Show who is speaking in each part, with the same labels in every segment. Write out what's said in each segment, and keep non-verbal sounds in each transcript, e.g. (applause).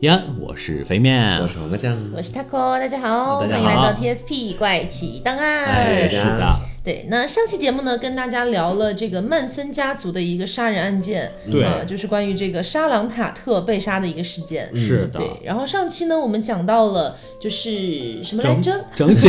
Speaker 1: 延安，我是肥面
Speaker 2: 啊
Speaker 3: 我。是黄瓜酱，
Speaker 2: 我是 Taco，大家好，
Speaker 1: 大家好
Speaker 2: 欢迎来到 TSP 怪奇档案。
Speaker 1: 哎，是的，
Speaker 2: 对，那上期节目呢，跟大家聊了这个曼森家族的一个杀人案件，
Speaker 1: 对
Speaker 2: 啊，就是关于这个沙朗塔特被杀的一个事件。
Speaker 1: 是的
Speaker 2: 嗯对，，然后上期呢，我们讲到了就是什么来
Speaker 1: 整
Speaker 2: 着？
Speaker 1: 整体，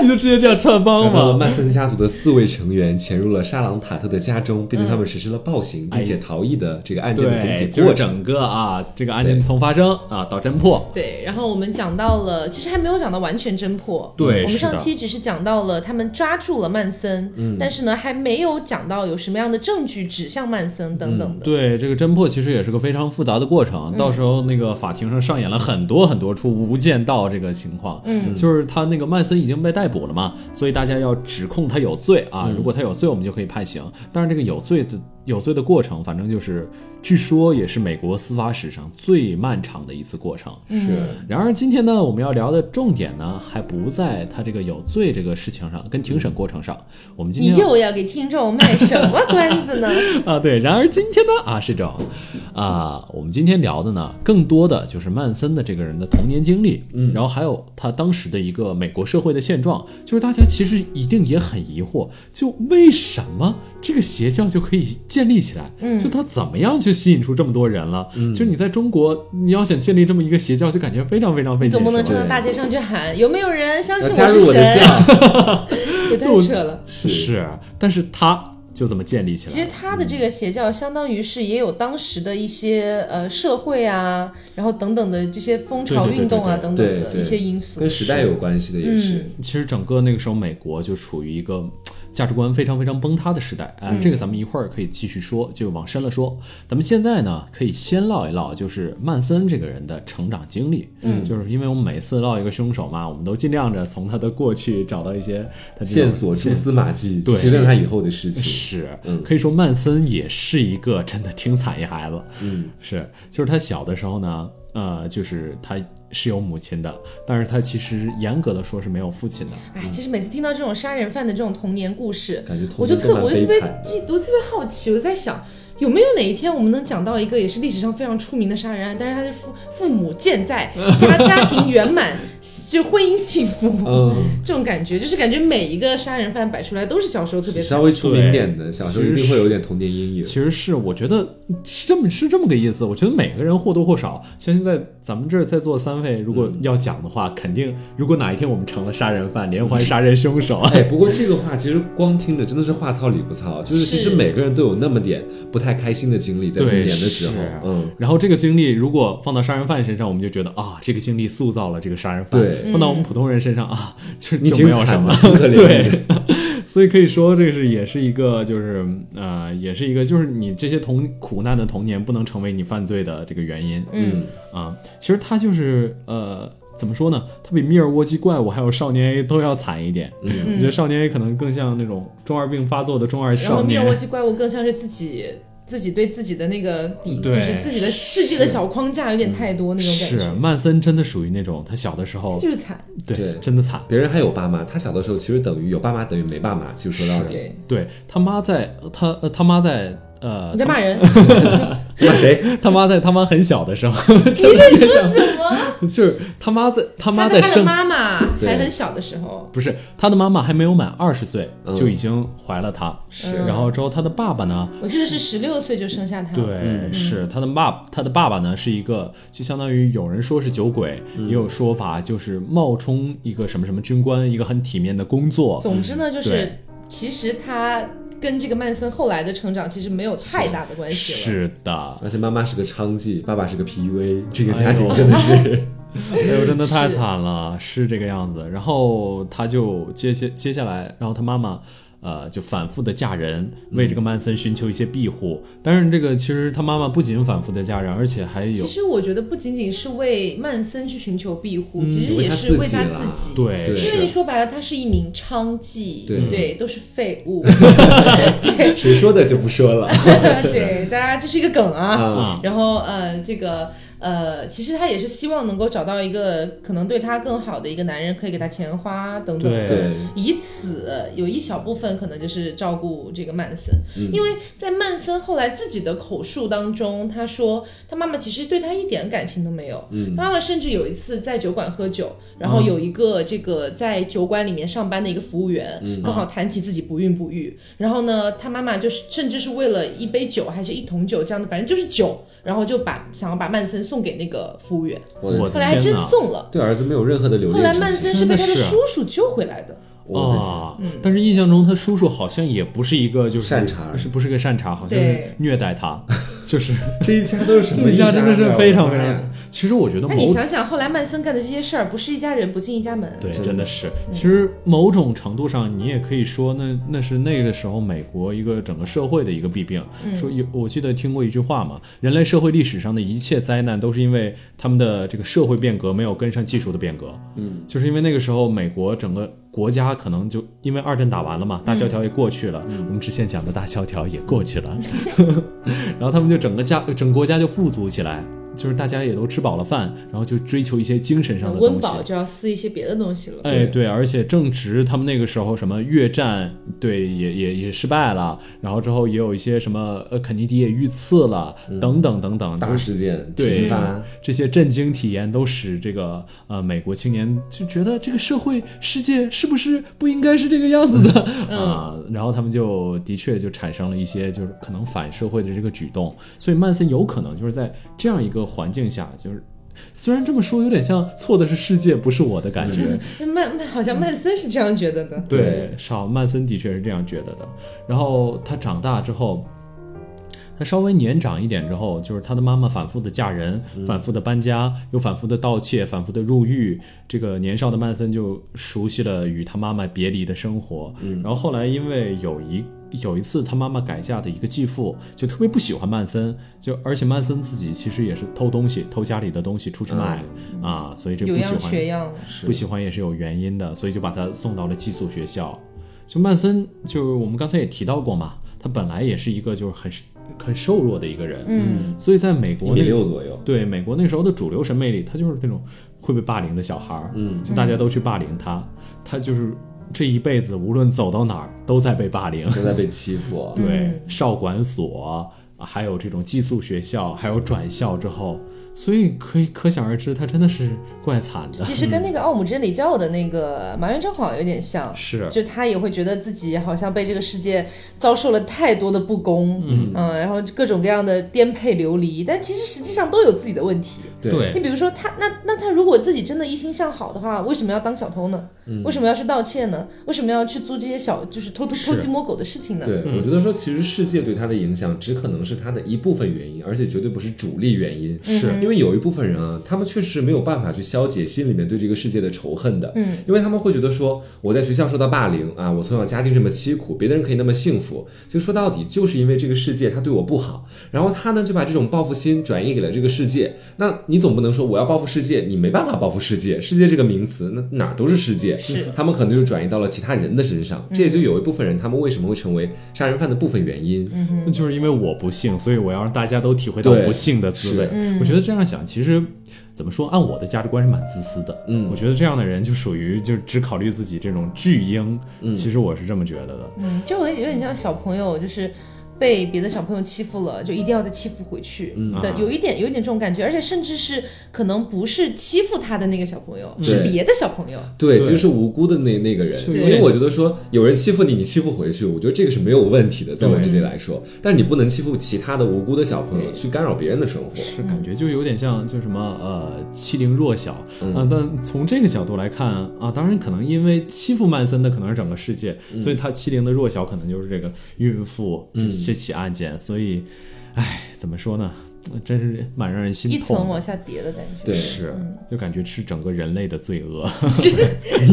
Speaker 1: 你就直接这样穿
Speaker 2: 哦
Speaker 1: 帮
Speaker 3: 传到了 (laughs)
Speaker 1: 吗？
Speaker 3: 曼森家族的四位成员 (laughs) 潜入了沙朗塔特的家中，并对他们实施了暴行，
Speaker 2: 哎
Speaker 3: 并且逃逸的这个案件的
Speaker 1: 对，
Speaker 3: 总体
Speaker 1: 就是
Speaker 3: 过程。
Speaker 1: 整个啊，这个案件从发生啊到侦破，
Speaker 2: 对，然后我们讲到了，其实还没有讲到完全侦破。
Speaker 1: 对
Speaker 2: 我们
Speaker 1: 是的
Speaker 2: 上期只是讲到了他们抓住了曼森，
Speaker 1: 嗯
Speaker 2: 但是呢，还没有讲到有什么样的证据指向曼森等等的。嗯
Speaker 1: 对这个侦破其实也是个非常复杂的过程，到时候那个法庭上上演了很多很多出无间道这个情况，
Speaker 2: 嗯，
Speaker 1: 就是他那个曼森已经被逮捕了嘛，所以大家要指控他有罪啊，
Speaker 2: 嗯
Speaker 1: 如果他有罪，我们就可以判刑。但是这个有罪的有罪的过程，反正就是据说也是美国司法史上最漫长的一次过程。
Speaker 2: 嗯
Speaker 3: 是
Speaker 1: 然而今天呢，我们要聊的重点呢，还不在他这个有罪这个事情上，跟庭审过程上。我们今天
Speaker 2: 你
Speaker 1: 要
Speaker 2: 又要给听众
Speaker 3: (laughs)
Speaker 2: 卖什么关子呢？
Speaker 1: (laughs) 啊，对。然而今天呢，啊是这样，啊，我们今天聊的呢，更多的就是曼森的这个人的童年经历，嗯，然后还有他当时的一个美国社会的现状，就是大家其实一定也很疑惑，就为什么这个邪教就可以建立起来？嗯，就他怎么样去吸引出这么多人了？嗯，就你在中国，你要想建立这么一个邪教，就感觉非常非常费
Speaker 2: 你
Speaker 1: 劲，
Speaker 2: 总不能
Speaker 1: 是吧
Speaker 2: 冲到大街上去喊有没有人相
Speaker 3: 要
Speaker 2: 信
Speaker 3: 加
Speaker 2: 是
Speaker 3: 入我的
Speaker 2: 神？ (laughs)
Speaker 3: 教，
Speaker 2: 也太扯了。
Speaker 1: 是但是他就这么建立起来
Speaker 2: 其实他的这个邪教，相当于是也有当时的一些呃社会啊，然后等等的这些风潮
Speaker 1: 对对对
Speaker 2: 运动啊
Speaker 1: 对
Speaker 2: 等
Speaker 3: 对
Speaker 2: 等的
Speaker 3: 对
Speaker 2: 一些因素嗯
Speaker 3: 跟。时代有关系的也是。
Speaker 1: 其实整个那个时候，美国就处于一个价值观非常非常崩塌的时代啊、
Speaker 3: 嗯
Speaker 1: 这个咱们一会儿可以继续说，就往深了说。咱们现在呢，可以先唠一唠，就是曼森这个人的成长经历。嗯，就是因为我们每次唠一个凶手嘛，我们都尽量着从他的过去找到一些他这种
Speaker 3: 线索、嗯蛛丝马迹，
Speaker 1: 对
Speaker 3: 决定他以后的事情。
Speaker 1: 是，可以说曼森也是一个真的挺惨一孩子。
Speaker 3: 嗯，
Speaker 1: 是，就是他小的时候呢，呃，就是他是有母亲的，但是他其实严格的说是没有父亲的。
Speaker 2: 哎，其实每次听到这种杀人犯的这种童年故事，
Speaker 3: 感觉童
Speaker 2: 我就
Speaker 3: 年
Speaker 2: 特
Speaker 3: 都蛮
Speaker 2: 我就特
Speaker 3: 悲
Speaker 2: 别
Speaker 3: 惨的。
Speaker 2: 记，我特别好奇，我在想。有没有哪一天我们能讲到一个也是历史上非常出名的杀人案，但是他的父父母健在，家家庭圆满，就婚姻幸福，
Speaker 3: 嗯，
Speaker 2: 这种感觉，就是感觉每一个杀人犯摆出来都是小时候特别惨
Speaker 3: 稍。微出名点的，小时候一定会有点童年阴影。
Speaker 1: 其实是我觉得是这么是这么个意思。我觉得每个人或多或少，相信在咱们这儿在座三位，如果要讲的话，肯定如果哪一天我们成了杀人犯、连环杀人凶手， (laughs)
Speaker 3: 哎，不过这个话其实光听着真的是话糙理不糙，就是其实
Speaker 2: 是
Speaker 3: 每个人都有那么点不太开心的经历，在童
Speaker 1: 对
Speaker 3: 年的时候
Speaker 1: 是，
Speaker 2: 啊
Speaker 3: 嗯，
Speaker 1: 然后这个经历如果放到杀人犯身上，我们就觉得啊，这个经历塑造了这个杀人犯；
Speaker 3: 对
Speaker 1: 放到我们普通人身上啊，就
Speaker 3: 你
Speaker 1: 就
Speaker 3: 挺
Speaker 1: 没有什
Speaker 3: 惨
Speaker 1: 么
Speaker 3: 的，。很可怜。
Speaker 1: 对， (laughs) 所以可以说这是也是一个就是呃，也是一个就是你这些童苦难的童年不能成为你犯罪的这个原因。
Speaker 2: 嗯，
Speaker 1: 啊，其实他就是呃，怎么说呢？他比密尔沃基怪物还有少年 A 都要惨一点。
Speaker 3: 嗯
Speaker 1: 我觉得少年 A 可能更像那种中二病发作的中二
Speaker 2: 然后
Speaker 1: 少
Speaker 2: 密
Speaker 1: 年
Speaker 2: 尔。沃基怪物更像是自己自己对自己的那个底，
Speaker 1: 对
Speaker 2: 就是自己的世界的小框架有点太多那种感
Speaker 1: 是啊
Speaker 2: 觉，
Speaker 1: 曼森真的属于那种他小的时候
Speaker 2: 就是惨。
Speaker 1: 对
Speaker 3: 对
Speaker 1: 真的惨。
Speaker 3: 别人还有爸妈，他小的时候其实等于有爸妈等于没爸妈，其实说到底，
Speaker 2: 对，
Speaker 1: 对他妈在他呃他妈在呃
Speaker 2: 你在骂人？
Speaker 3: 那谁？
Speaker 1: 他妈在他妈很小的时候，
Speaker 2: 你在说什么？
Speaker 1: 就是他妈在他妈
Speaker 2: 他
Speaker 1: 在
Speaker 2: 的他的
Speaker 1: 生
Speaker 2: 妈妈
Speaker 3: 对
Speaker 2: 还很小的时候，
Speaker 1: 不是他的妈妈还没有满二十岁
Speaker 3: 嗯
Speaker 1: 就已经怀了他，
Speaker 3: 是
Speaker 1: 然后之后他的爸爸呢
Speaker 2: 我记得是十六岁就生下他。
Speaker 1: 对，，
Speaker 2: 嗯
Speaker 1: 是他的爸，他的爸爸呢是一个，就相当于有人说是酒鬼，
Speaker 2: 嗯
Speaker 1: 也有说法就是冒充一个什么什么军官，一个很体面的工作。
Speaker 2: 总之呢，就
Speaker 1: 对
Speaker 2: 是其实他跟这个曼森后来的成长其实没有太大的关系了。嗯
Speaker 1: 是的，
Speaker 3: (laughs) 而且妈妈是个娼妓，爸爸是个 PUA，这个
Speaker 1: 哎
Speaker 3: 家
Speaker 1: 呦
Speaker 3: 庭真的是，
Speaker 1: (laughs) 哎呦，真的太惨了，是这个样子。然后他就接下接下来，然后他妈妈。呃，就反复的嫁人，为
Speaker 2: 嗯
Speaker 1: 这个曼森寻求一些庇护。但是这个其实他妈妈不仅反复的嫁人，而且还有
Speaker 2: 其实我觉得不仅仅是为曼森去寻求庇
Speaker 1: 嗯
Speaker 2: 护，其实
Speaker 3: 为
Speaker 2: 也
Speaker 3: 他
Speaker 2: 是
Speaker 3: 自
Speaker 2: 为
Speaker 3: 己
Speaker 2: 他
Speaker 3: 啦
Speaker 2: 自己。
Speaker 1: 对，
Speaker 3: 对
Speaker 2: 因
Speaker 1: 是嗯
Speaker 2: 为你说白了，他是一名娼妓，
Speaker 3: 对
Speaker 2: 都是废
Speaker 1: (laughs)
Speaker 2: 物，
Speaker 3: 谁说的就不说了 (laughs)
Speaker 2: 对，大家这是一个梗啊。
Speaker 3: 啊。
Speaker 1: 啊，
Speaker 2: 然后呃，这个呃，其实她也是希望能够找到一个可能对她更好的一个男人，可以给她钱花等等
Speaker 1: 对
Speaker 2: 的，
Speaker 3: 对，
Speaker 2: 以此有一小部分可能就是照顾这个曼森，
Speaker 1: 嗯
Speaker 2: 因为在曼森后来自己的口述当中，他说他妈妈其实对他一点感情都没有，
Speaker 1: 嗯
Speaker 2: 他妈妈甚至有一次在酒馆喝酒，然后有一个这个在酒馆里面上班的一个服务员，
Speaker 1: 嗯
Speaker 2: 刚好谈起自己不孕不育，然后呢，他妈妈就是甚至是为了一杯酒还是一桶酒这样的，反正就是酒，然后就把想要把曼森送给那个服务员，
Speaker 1: 我
Speaker 3: 我
Speaker 1: 的
Speaker 2: 后来还
Speaker 1: 天
Speaker 2: 真
Speaker 1: 哪
Speaker 2: 送了，
Speaker 3: 对儿子没有任何的留
Speaker 2: 后
Speaker 3: 恋
Speaker 2: 来
Speaker 3: 之
Speaker 2: 曼
Speaker 3: 情。
Speaker 2: 森是被他
Speaker 1: 真
Speaker 2: 的
Speaker 1: 的是啊
Speaker 2: 叔叔救回来的。
Speaker 3: 我的天
Speaker 1: 啊，
Speaker 2: 嗯
Speaker 1: 但是印象中他叔叔好像也不是一个就是
Speaker 3: 善茬儿
Speaker 1: 是不是个善茬，好像
Speaker 2: 对
Speaker 1: 是虐待他，就是
Speaker 3: 这一家都是什么
Speaker 1: 这家真的是
Speaker 3: 呀
Speaker 1: 非常非。常
Speaker 3: 我的妈呀
Speaker 1: 惨。其实我觉得
Speaker 2: 那
Speaker 1: 某
Speaker 2: 你想想，后来曼森干的这些事儿，不是一家人不进一家门。
Speaker 1: 对，
Speaker 3: 真
Speaker 1: 真的
Speaker 3: 的
Speaker 1: 是。其实某种程度上，你也可以说那，那是那个时候美国一个整个社会的一个弊病。说有，我记得听过一句话嘛，人类社会历史上的一切灾难都是因为他们的这个社会变革没有跟上技术的变革。
Speaker 3: 嗯，
Speaker 1: 就是因为那个时候美国整个国家可能就因为二战打完了嘛，大萧条也过去了，我们之前讲的大萧条也过去了， (laughs) 然后他们就整个家整个国家就富足起来。就是大家也都吃饱了饭，然后就追求一些精神上的东西。
Speaker 2: 温饱就要撕一些别的东西了。
Speaker 1: 哎，对，而且正值他们那个时候，什么越战，对，也也也失败了，然后之后也有一些什么，呃，肯尼迪也遇刺了，等等等等，
Speaker 3: 嗯大
Speaker 1: 就是
Speaker 3: 事件
Speaker 1: 对
Speaker 3: 频发，
Speaker 1: 这些震惊体验都使这个呃美国青年就觉得这个社会世界是不是不应该是这个样子的
Speaker 3: 嗯
Speaker 1: 啊、然后他们就的确就产生了一些就是可能反社会的这个举动，所以曼森有可能就是在这样一个环境下，就是虽然这么说有点像错的是世界不是我的感
Speaker 3: 嗯
Speaker 1: 觉，
Speaker 2: 那曼曼好像曼森是这样觉得的。
Speaker 1: 对，少曼森的确是这样觉得的。然后他长大之后，他稍微年长一点之后，就是他的妈妈反复的嫁人，反复的搬家，又反复的盗窃，反复的入狱。这个年少的曼森就熟悉了与他妈妈别离的生活。然后后来因为有一。有一次，他妈妈改嫁的一个继父就特别不喜欢曼森，就而且曼森自己其实也是偷东西，偷家里的东西出去卖、啊，所以这不
Speaker 2: 有
Speaker 1: 喜
Speaker 2: 样
Speaker 1: 欢。
Speaker 2: 学样，
Speaker 3: 是
Speaker 1: 不喜欢也是有原因的，所以就把他送到了寄宿学校。就曼森，就我们刚才也提到过嘛，他本来也是一个就是很很瘦弱的一个人，
Speaker 2: 嗯，
Speaker 1: 所以在美
Speaker 3: 一
Speaker 1: 国
Speaker 3: 米
Speaker 1: 那
Speaker 3: 六左右，
Speaker 1: 对美国那时候的主流审美里，他就是那种会被霸凌的小孩儿，
Speaker 3: 嗯，
Speaker 1: 就大家都去霸凌他，他就是这一辈子无论走到哪儿都在被霸凌，
Speaker 3: 都在被欺负。
Speaker 1: 对，少管所，还有这种寄宿学校，还有转校之后，所以可以可想而知，他真的是怪惨的，
Speaker 2: 其实跟那个奥姆真理教的那个麻原彰晃有点像。
Speaker 1: 是
Speaker 2: 就他也会觉得自己好像被这个世界遭受了太多的不公，嗯然后各种各样的颠沛流离，但其实实际上都有自己的问题。
Speaker 1: 对
Speaker 2: 你比如说他，那那他如果自己真的一心向好的话，为什么要当小偷呢？
Speaker 3: 嗯
Speaker 2: 为什么要去盗窃呢？为什么要去做这些小就是偷偷偷鸡摸狗的事情呢？
Speaker 3: 对，我觉得说，其实世界对他的影响只可能是他的一部分原因，而且绝对不是主力原因。
Speaker 1: 是
Speaker 3: 因为有一部分人啊，他们确实是没有办法去消解心里面对这个世界的仇恨的。嗯，因为他们会觉得说，我在学校受到霸凌啊，我从小家境这么凄苦，别的人可以那么幸福，就说到底就是因为这个世界他对我不好，然后他呢就把这种报复心转移给了这个世界。那你总不能说我要报复世界，你没办法报复世界，世界这个名词那哪儿都是世界，
Speaker 2: 是
Speaker 3: 他们可能就转移到了其他人的身上，这也就有一部分人他们为什么会成为杀人犯的部分原因。
Speaker 1: 那就是因为我不幸，所以我要让大家都体会到
Speaker 3: 对
Speaker 1: 不幸的滋味
Speaker 3: 是。嗯
Speaker 1: 我觉得这样想，其实怎么说，按我的价值观是蛮自私的。
Speaker 3: 嗯
Speaker 1: 我觉得这样的人就属于就只考虑自己这种巨婴。
Speaker 3: 嗯
Speaker 1: 其实我是这么觉得的。
Speaker 2: 嗯，就有有点像小朋友，就是被别的小朋友欺负了，就一定要再欺负回去。嗯对
Speaker 1: 啊，
Speaker 2: 有一点有一点这种感觉，而且甚至是可能不是欺负他的那个小朋友，是
Speaker 3: 嗯对
Speaker 2: 别的小朋友。
Speaker 3: 对，
Speaker 1: 对
Speaker 3: 其实是无辜的那那个人，
Speaker 1: 对
Speaker 3: 因为我觉得说有人欺负你，你欺负回去，我觉得这个是没有问题的，在我这里来说，但是你不能欺负其他的无辜的小朋友，去干扰别人的生活。
Speaker 1: 是感觉就有点像，就什么呃欺凌弱小，嗯、但从这个角度来看啊，当然可能因为欺负曼森的可能是整个世界，
Speaker 3: 嗯
Speaker 1: 所以他欺凌的弱小可能就是这个孕妇这、
Speaker 3: 嗯
Speaker 1: 这起案件，所以，唉，怎么说呢，真是蛮让人心
Speaker 2: 一
Speaker 1: 痛的
Speaker 2: 层。往下叠的感觉，
Speaker 3: 对，
Speaker 1: 是，就感觉是整个人类的罪 (laughs) 恶。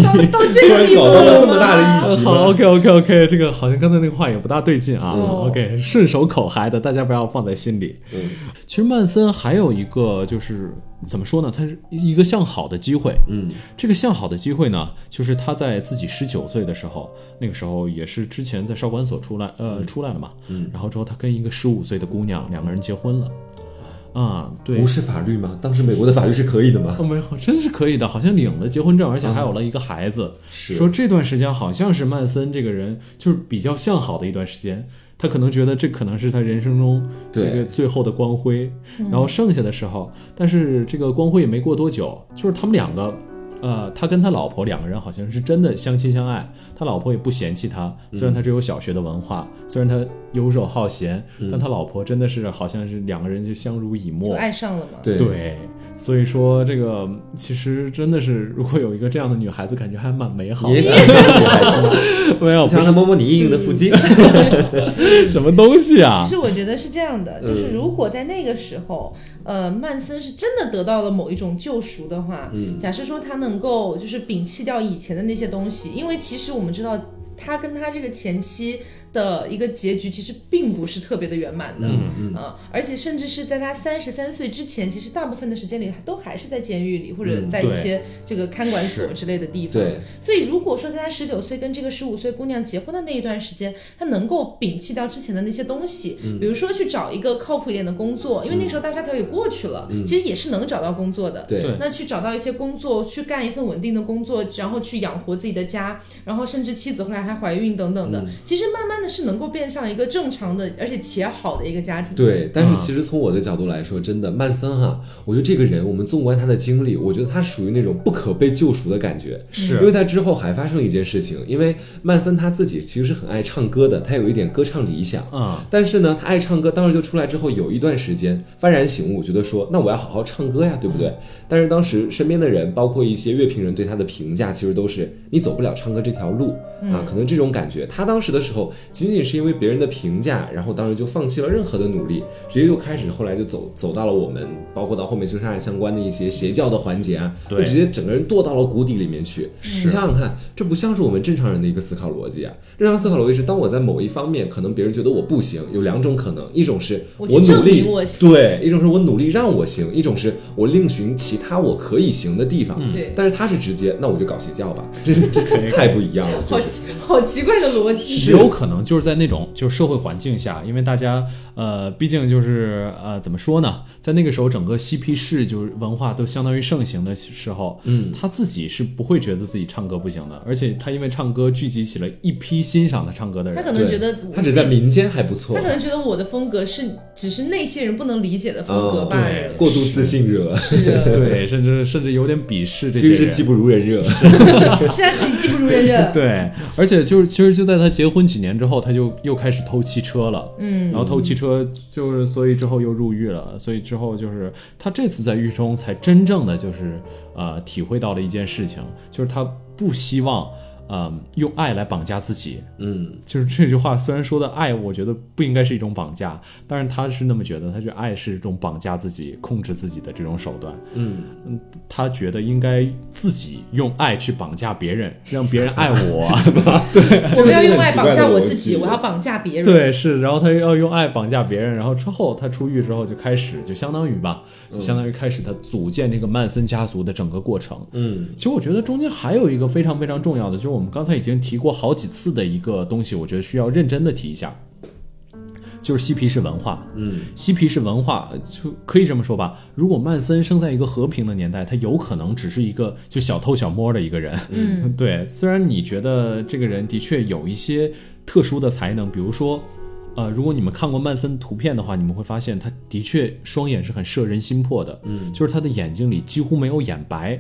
Speaker 2: 到到
Speaker 3: 突
Speaker 2: 这个
Speaker 3: 然
Speaker 2: 地步
Speaker 3: 搞 (laughs) 到了这么
Speaker 2: 吗
Speaker 3: 大的议
Speaker 1: 啊
Speaker 3: 题
Speaker 1: 好
Speaker 3: 吗，
Speaker 1: ，OK，OK，OK，、这个好像刚才那个话也不大对劲啊。
Speaker 2: 嗯
Speaker 1: OK，顺手口嗨的，大家不要放在心里。
Speaker 3: 嗯，
Speaker 1: 其实曼森还有一个就是怎么说呢，他是一个向好的机会。
Speaker 3: 嗯，
Speaker 1: 这个向好的机会呢，就是他在自己十九岁的时候，那个时候也是之前在少管嗯所出来，呃，出来了嘛。嗯，然后之后他跟一个十五岁的姑娘两个人结婚了。啊、啊，对
Speaker 3: 无，视法律吗？当时美国的法律是可以的吗？
Speaker 1: 哦，没有，真是可以的，好像领了结婚证，而且还有了一个孩子。
Speaker 3: 是
Speaker 1: 说这段时间好像是曼森这个人就是比较向好的一段时间，他可能觉得这可能是他人生中这
Speaker 3: 对
Speaker 1: 个最后的光辉，然后剩下的时候，但是这个光辉也没过多久，就是他们两个。呃，他跟他老婆两个人好像是真的相亲相爱，他老婆也不嫌弃他，虽
Speaker 3: 嗯
Speaker 1: 然他只有小学的文化，虽然他游手好闲，
Speaker 3: 嗯
Speaker 1: 但他老婆真的是好像是两个人就相濡以沫，
Speaker 2: 就爱上了嘛。
Speaker 3: 对
Speaker 1: 对，所以说这个其实真的是，如果有一个这样的女孩子，感觉还蛮美好
Speaker 3: 你
Speaker 1: (laughs)
Speaker 3: 也
Speaker 1: 的。
Speaker 3: 想要这个女孩子吗？
Speaker 1: 没 (laughs) 有
Speaker 3: 想让她摸摸你硬硬的腹肌？
Speaker 1: 什么东西啊
Speaker 2: 其，实我觉得是这样的，就是如果在那个时候，呃，曼森是真的得到了某一种救赎的话，假设说他能够就是摒弃掉以前的那些东西，因为其实我们知道他跟他这个前妻的一个结局其实并不是特别的圆满的，嗯呃，而且甚至是在他三十三岁之前，其实大部分的时间里都还是在监狱里或者在一
Speaker 1: 对
Speaker 2: 些这个看管所之类的地
Speaker 3: (laughs) (laughs)
Speaker 2: 方，
Speaker 3: 对，
Speaker 2: 所以，如果说在他十九岁跟这个十五岁姑娘结婚的那一段时间，他能够摒弃掉之前的那些东西，比如说去找一个靠谱一点的工作，因为那时候大萧条也过去了，其实也是能找到工作的。
Speaker 3: 对
Speaker 1: 对
Speaker 2: 那去找到一些工作，去干一份稳定的工作，然后去养活自己的家，然后甚至妻子后来还怀孕等等的，其实慢慢的是能够变向一个正常的，而且且好的一个家庭。
Speaker 3: 对，但是其实从我的角度来说，真的曼森哈、我觉得这个人，我们纵观他的经历，我觉得他属于那种不可被救赎的感觉。
Speaker 1: 是
Speaker 3: 因为他之后还发生了一件事情，因为曼森他自己其实是很爱唱歌的，他有一点歌唱理想。
Speaker 1: 啊，
Speaker 3: 但是呢，他爱唱歌，当时就出来之后有一段时间幡然醒悟，觉得说，那我要好好唱歌呀，对不对？但是当时身边的人，包括一些乐评人对他的评价，其实都是你走不了唱歌这条路啊，可能这种感觉。他当时的时候，仅仅是因为别人的评价，然后当时就放弃了任何的努力，直接就开始后来就走走到了我们，包括到后面凶杀案相关的一些邪教的环节啊，
Speaker 1: 对
Speaker 3: 就直接整个人堕到了谷底里面去。你想想看，这不像是我们正常人的一个思考逻辑啊。正常思考逻辑是，当我在某一方面，可能别人觉得我不行，有两种可能，一种是
Speaker 2: 我去
Speaker 3: 努
Speaker 2: 证
Speaker 3: 力
Speaker 2: 明我行
Speaker 3: 对，一种是我努力让我行，一种是我另寻其他我可以行的地方。
Speaker 2: 对
Speaker 3: 但是他是直接，那我就搞邪教吧， (laughs) 这是这这太不一样了，
Speaker 2: 好
Speaker 3: 这是。
Speaker 2: 奇好奇怪的逻辑。
Speaker 1: 也有可能就是在那种就是社会环境下，因为大家呃，毕竟就是呃，怎么说呢，在那个时候整个嬉皮士就是文化都相当于盛行的时候，嗯，他自己是不会觉得自己唱歌不行的，而且他因为唱歌聚集起了一批欣赏他唱歌的
Speaker 2: 他
Speaker 1: 人
Speaker 2: 可，能
Speaker 3: 对
Speaker 2: 觉得
Speaker 3: 他只在民间还不错
Speaker 2: 他可，能觉得我的风格是只是那些人不能理解的风格
Speaker 3: 哦
Speaker 2: 罢
Speaker 1: 对
Speaker 2: 了。
Speaker 3: 过度自信热，
Speaker 2: 是的，
Speaker 1: 对，甚至甚至有点鄙视这
Speaker 3: 其
Speaker 1: 些
Speaker 3: 实
Speaker 1: 人，
Speaker 3: 是技不如人热。
Speaker 2: (laughs) 是他自己技不如人
Speaker 1: (laughs)
Speaker 2: 人。
Speaker 1: 对，而且就是其实就在他结婚几年之后，他就又开始偷汽车了，嗯，然后偷汽车就是所以之后又入狱了，所以之后就是他这次在狱中才真正的就是呃体会到了一件事情，就是他不希望呃用爱来绑架自己，
Speaker 3: 嗯，
Speaker 1: 就是这句话虽然说的爱，我觉得不应该是一种绑架，但是他是那么觉得，他觉得爱是一种绑架自己、控制自己的这种手段。
Speaker 3: 嗯
Speaker 1: 他觉得应该自己用爱去绑架别人，让别人爱我。
Speaker 2: 我不要用爱
Speaker 3: 这个是很奇
Speaker 2: 绑
Speaker 3: 怪的
Speaker 2: 架我
Speaker 3: 逻辑
Speaker 2: 自己，我要绑架别人。，
Speaker 1: 对，是，然后他又要用爱绑架别人，然后之后他出狱之后就开始，就相当于吧，就相当于开始他组建这个曼森家族的整个过程。
Speaker 3: 嗯，
Speaker 1: 其实我觉得中间还有一个非常非常重要的，就是我们刚才已经提过好几次的一个东西，我觉得需要认真的提一下，就是嬉皮士文化。
Speaker 3: 嗯，
Speaker 1: 嬉皮士文化呃就可以这么说吧。如果曼森生在一个和平的年代，他有可能只是一个就小偷小摸的一个人。(laughs)
Speaker 2: 嗯，
Speaker 1: 对。虽然你觉得这个人的确有一些特殊的才能，比如说。呃，如果你们看过曼森图片的话，你们会发现他的确双眼是很摄人心魄的，嗯，就是他的眼睛里几乎没有眼白，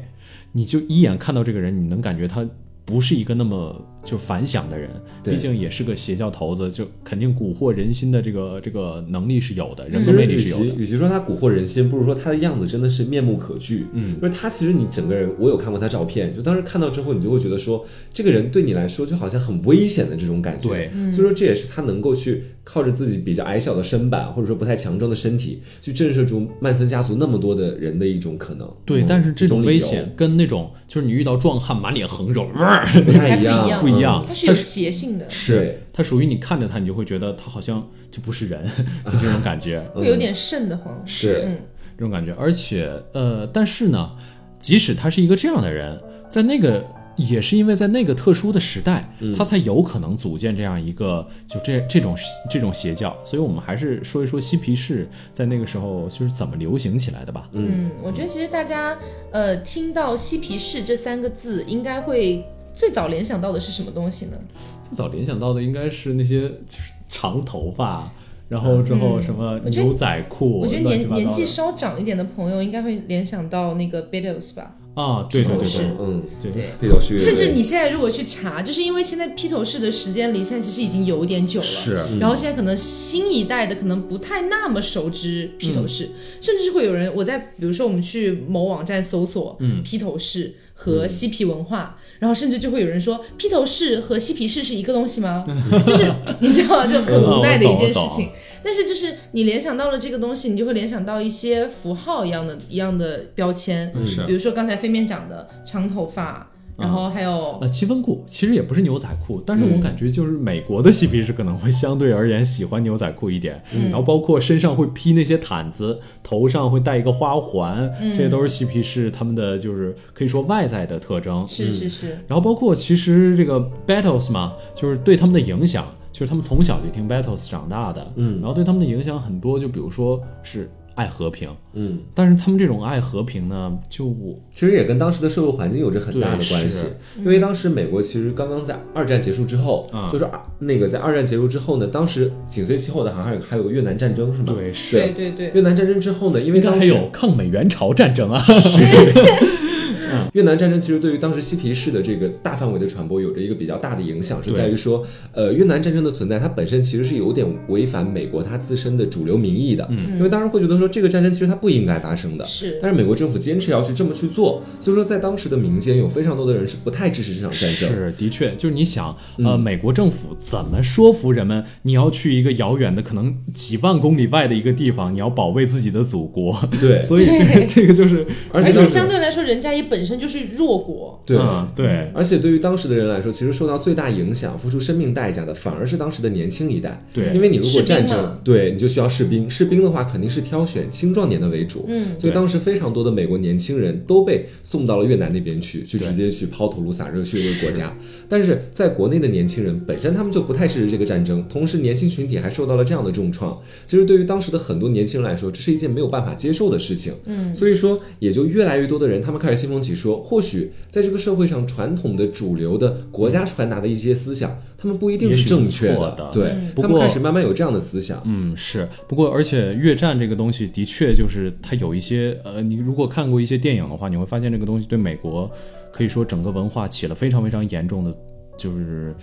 Speaker 1: 你就一眼看到这个人，你能感觉他不是一个那么就反响的人，
Speaker 3: 对
Speaker 1: 毕竟也是个邪教头子，就肯定蛊惑人心的这个这个能力是有的，人格
Speaker 3: 嗯其实
Speaker 1: 魅力
Speaker 3: 与
Speaker 1: 是有
Speaker 3: 其
Speaker 1: 的。
Speaker 3: 与其说他蛊惑人心，不如说他的样子真的是面目可惧。嗯，就是他其实你整个人，我有看过他照片，就当时看到之后，你就会觉得说，这个人对你来说就好像很危险的这种感觉。
Speaker 1: 对，
Speaker 3: 所以说这也是他能够去靠着自己比较矮小的身板，或者说不太强壮的身体，去震慑住曼森家族那么多的人的一种可能。
Speaker 1: 对，
Speaker 3: 嗯
Speaker 1: 但是这种危
Speaker 3: 一理
Speaker 1: 险跟那种就是你遇到壮汉满脸横
Speaker 3: (laughs)
Speaker 1: 肉，呃
Speaker 3: 由不太一
Speaker 2: 还不一
Speaker 3: 样，
Speaker 2: 样
Speaker 1: 不一样
Speaker 3: 嗯。
Speaker 2: 它是有邪性的，
Speaker 1: 是
Speaker 3: 对
Speaker 1: 他属于你看着他，你就会觉得他好像就不是 (laughs) 人，就这种感觉。
Speaker 2: 会有点瘆得慌。
Speaker 3: 是
Speaker 2: 嗯，
Speaker 1: 这种感觉。而且，呃，但是呢，即使他是一个这样的人，在那个也是因为在那个特殊的时代，他才有可能组建这样一个就这这种这种邪教。所以我们还是说一说嬉皮士在那个时候就是怎么流行起来的吧。
Speaker 2: 嗯，我觉得其实大家呃听到嬉皮士这三个字，应该会最早联想到的是什么东西呢？
Speaker 1: 最早联想到的应该是那些就是长头发。然后之后什么
Speaker 2: 我觉得
Speaker 1: 牛仔裤，
Speaker 2: 我觉得
Speaker 1: 乱七
Speaker 2: 年
Speaker 1: 八糟的
Speaker 2: 年纪稍长一点的朋友，应该会联想到那个 Beatles 吧？
Speaker 1: 啊，对对对
Speaker 2: 是
Speaker 1: 对
Speaker 3: 嗯，
Speaker 1: 对
Speaker 2: 对。
Speaker 3: 那种是乐队
Speaker 2: 甚至你现在如果去查，就是因为现在披头士的时间离现在其实已经有点久了，
Speaker 1: 是
Speaker 2: 然后现在可能新一代的可能不太那么熟知披头
Speaker 1: 嗯
Speaker 2: 士，甚至是会有人，我在比如说我们去某网站搜索
Speaker 1: 嗯
Speaker 2: 披头士和嬉皮文化，然后甚至就会有人说披头士和嬉皮士是一个东
Speaker 1: (laughs)
Speaker 2: 西吗？就是你知道，就很无奈的一件事
Speaker 1: 哦我懂我
Speaker 2: 情。但是就是你联想到了这个东西，你就会联想到一些符号一样的一样的标签，
Speaker 1: 嗯是啊
Speaker 2: 比如说刚才飞面讲的长头发，然后还有、
Speaker 1: 呃，七分裤其实也不是牛仔裤，但是我感觉 (laughs) 就是美国的嬉皮士可能会相对而言喜欢牛仔裤一点，然后包括身上会披那些毯子，头上会戴一个花环，这些都是嬉皮士他们的就是可以说外在的特征。
Speaker 2: 是是是，
Speaker 1: 然后包括其实这个 Battles 嘛，就是对他们的影响，就是他们从小就听 Battles 长大的，嗯，然后对他们的影响很多，就比如说是爱和平，
Speaker 3: 嗯，
Speaker 1: 但是他们这种爱和平呢，就我
Speaker 3: 其实也跟当时的社会环境有着很大的关
Speaker 1: 对
Speaker 3: 系
Speaker 1: 是，
Speaker 3: 因为当时美国其实刚刚在二战结束之后，
Speaker 1: 啊
Speaker 3: 就是二那个在二战结束之后呢，当时紧随其后的好像还有还有个越南战争是吗？
Speaker 1: 对是
Speaker 2: 对对对，
Speaker 3: 越南战争之后呢，因为
Speaker 1: 应该
Speaker 3: 当
Speaker 1: 还
Speaker 3: 时
Speaker 1: 有抗美援朝战争啊，
Speaker 3: 越南战争其实对于当时嬉皮士的这个大范围的传播有着一个比较大的影响，是在于说，呃，越南战争的存在，它本身其实是有点违反美国它自身的主流民意的，嗯，因为当时会觉得说这个战争其实它不应该发生的，
Speaker 2: 是
Speaker 3: 但是美国政府坚持要去这么去做，所以说在当时的民间有非常多的人是不太支持这场战争，
Speaker 1: 是，的确，就是你想，呃，
Speaker 3: 嗯
Speaker 1: 美国政府怎么说服人们，你要去一个遥远的，可能几万公里外的一个地方，你要保卫自己的祖国。 (laughs)
Speaker 3: 对
Speaker 1: 所以这个 (laughs)
Speaker 2: 对
Speaker 1: 这个就是，
Speaker 3: 而且
Speaker 2: 而且
Speaker 3: 当时
Speaker 2: 相对来说，人家也本身就是弱国，
Speaker 3: (laughs) 对。
Speaker 1: 嗯对，
Speaker 3: 而且对于当时的人来说，其实受到最大影响、付出生命代价的，反而是当时的年轻一代。
Speaker 1: 对
Speaker 3: 因为你如果
Speaker 2: 士兵啊
Speaker 3: 战争
Speaker 2: 嘛，
Speaker 3: 对你就需要士兵，士兵的话肯定是挑选青壮年的为主。
Speaker 2: 嗯，
Speaker 3: 所
Speaker 1: 对
Speaker 3: 以当时非常多的美国年轻人都被送到了越南那边去，去直接去抛头颅洒热血为国家。 (laughs) 但是在国内的年轻人本身他们就不太支持这个战争，同时年轻群体还受到了这样的重创。其实对于当时的很多年轻人来说，这是一件没有办法接受的事情。嗯，所以说也就越来越多的人他们开始信奉起说，或许在这个社会上传统的主流的国家传达的一些思想，他们不一定
Speaker 1: 也
Speaker 3: 是
Speaker 1: 许
Speaker 3: 正
Speaker 1: 是
Speaker 3: 确
Speaker 1: 错的
Speaker 3: 对，
Speaker 1: 不
Speaker 3: 嗯他们
Speaker 1: 过
Speaker 3: 开始慢慢有这样的思想。
Speaker 1: 嗯是。不过，而且越战这个东西的确就是它有一些，呃，你如果看过一些电影的话，你会发现这个东西对美国可以说整个文化起了非常非常严重的就是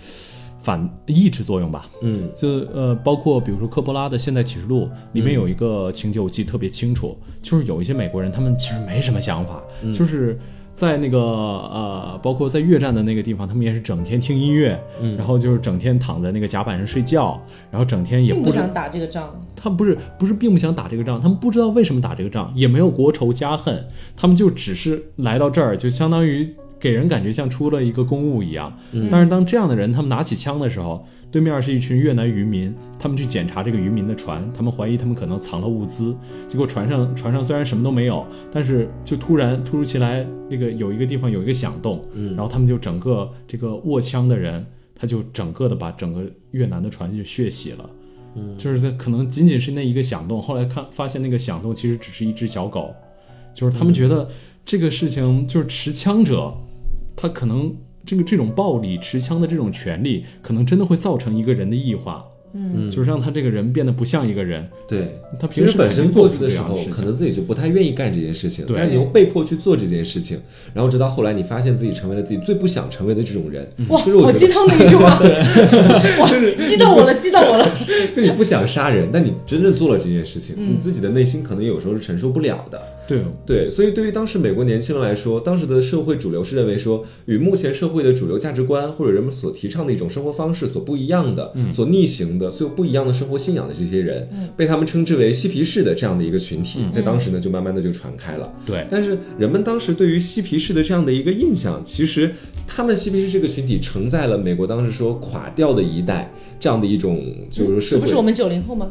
Speaker 1: 反抑制作用吧。
Speaker 3: 嗯
Speaker 1: 就呃，包括比如说科波拉的《现代启示录》里面有一个情节，我记得特别清楚，就是有一些美国人，他们其实没什么想法，就是在那个呃，包括在越战的那个地方，他们也是整天听音乐，然后就是整天躺在那个甲板上睡觉，然后整天也
Speaker 2: 并不
Speaker 1: 不知
Speaker 2: 想打这个仗。
Speaker 1: 他不是不是并不想打这个仗，他们不知道为什么打这个仗，也没有国仇家恨，他们就只是来到这儿，就相当于给人感觉像出了一个公务一样。但是当这样的人他们拿起枪的时候，对面是一群越南渔民，他们去检查这个渔民的船，他们怀疑他们可能藏了物资，结果船上船上虽然什么都没有，但是就突然突如其来那个有一个地方有一个响动，然后他们就整个这个握枪的人。他就整个的把整个越南的船就血洗了，就是他可能仅仅是那一个响动，后来看发现那个响动其实只是一只小狗，就是他们觉得这个事情就是持枪者，他可能这个这种暴力持枪的这种权利，可能真的会造成一个人的异化，嗯，就是让他这个人变得不像一个人，
Speaker 3: 对，
Speaker 1: 他
Speaker 3: 其
Speaker 1: 平
Speaker 3: 实
Speaker 1: 时
Speaker 3: 本
Speaker 1: 肯
Speaker 3: 身
Speaker 1: 定
Speaker 3: 过
Speaker 1: 做
Speaker 3: 去
Speaker 1: 不
Speaker 3: 的
Speaker 1: 出这
Speaker 3: 时
Speaker 1: 样的
Speaker 3: 候，
Speaker 1: 事
Speaker 3: 可
Speaker 1: 情。
Speaker 3: 能自己就不太愿意干这件事情，
Speaker 1: 对
Speaker 3: 但是你又被迫去做这件事情，然后直到后来你发现自己成为了自己最不想成为的这种人，
Speaker 2: 哇，
Speaker 3: 就是我
Speaker 2: 好
Speaker 3: 觉
Speaker 2: 鸡
Speaker 3: 得，
Speaker 2: 汤
Speaker 1: (laughs)
Speaker 2: 的一句话，哇，激到我了，激到我了。
Speaker 3: 就你不想杀人，但你真正做了这件事情，你自己的内心可能有时候是承受不了的。
Speaker 1: 对，
Speaker 3: 对，所以对于当时美国年轻人来说，当时的社会主流是认为说，与目前社会的主流价值观或者人们所提倡的一种生活方式所不一样的、
Speaker 2: 嗯
Speaker 3: 所逆行的、所有不一样的生活信仰的这些人，被他们称之为嬉皮士的这样的一个群体，
Speaker 2: 嗯
Speaker 3: 在当时呢就慢慢的就传开了。
Speaker 1: 对
Speaker 3: 但是人们当时对于嬉皮士的这样的一个印象，其实他们嬉皮士这个群体承载了美国当时说垮掉的一代这样的一种就是说社
Speaker 2: 这不
Speaker 3: 会
Speaker 2: 是我们九零后吗？